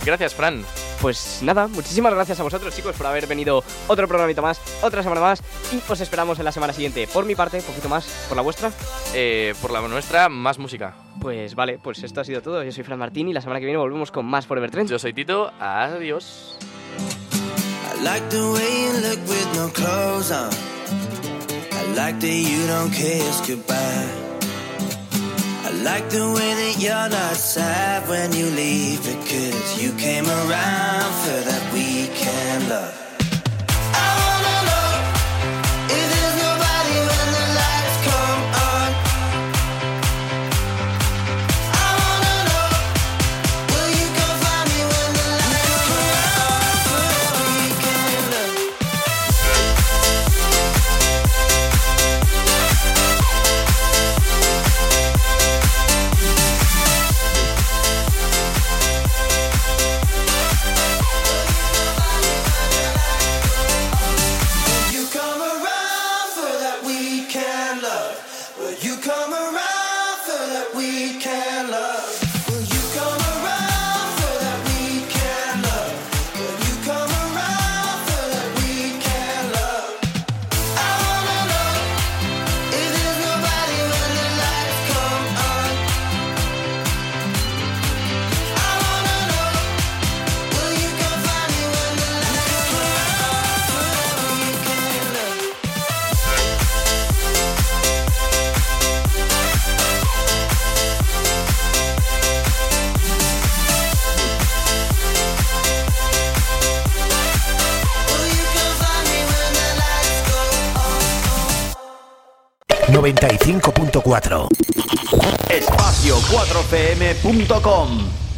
Speaker 3: Gracias, Fran.
Speaker 4: Pues nada, muchísimas gracias a vosotros chicos por haber venido otro programito más, otra semana más y os esperamos en la semana siguiente. Por mi parte, poquito más, por la vuestra.
Speaker 3: Eh, por la nuestra, más música.
Speaker 4: Pues vale, pues esto ha sido todo. Yo soy Fran Martín y la semana que viene volvemos con más Forever Trend.
Speaker 3: Yo soy Tito. Adiós.
Speaker 8: I like the way you look with no clothes on. I like that you don't kiss goodbye. I like the way that you're not sad when you leave because you came around for that weekend love. I wanna know if there's nobody when the lights come on. I wanna know, will you come find me when the lights come on for that weekend love? Will you come around for that weekend love? Will you come around for that weekend love? Will you come around for that weekend love? Will you come around for that weekend love? I wanna know if there's nobody when the lights come on. I wanna know, will you come find me when the lights come on for that weekend love? Will you come find me when the lights go on?
Speaker 14: 95.4.
Speaker 13: Espacio4pm.com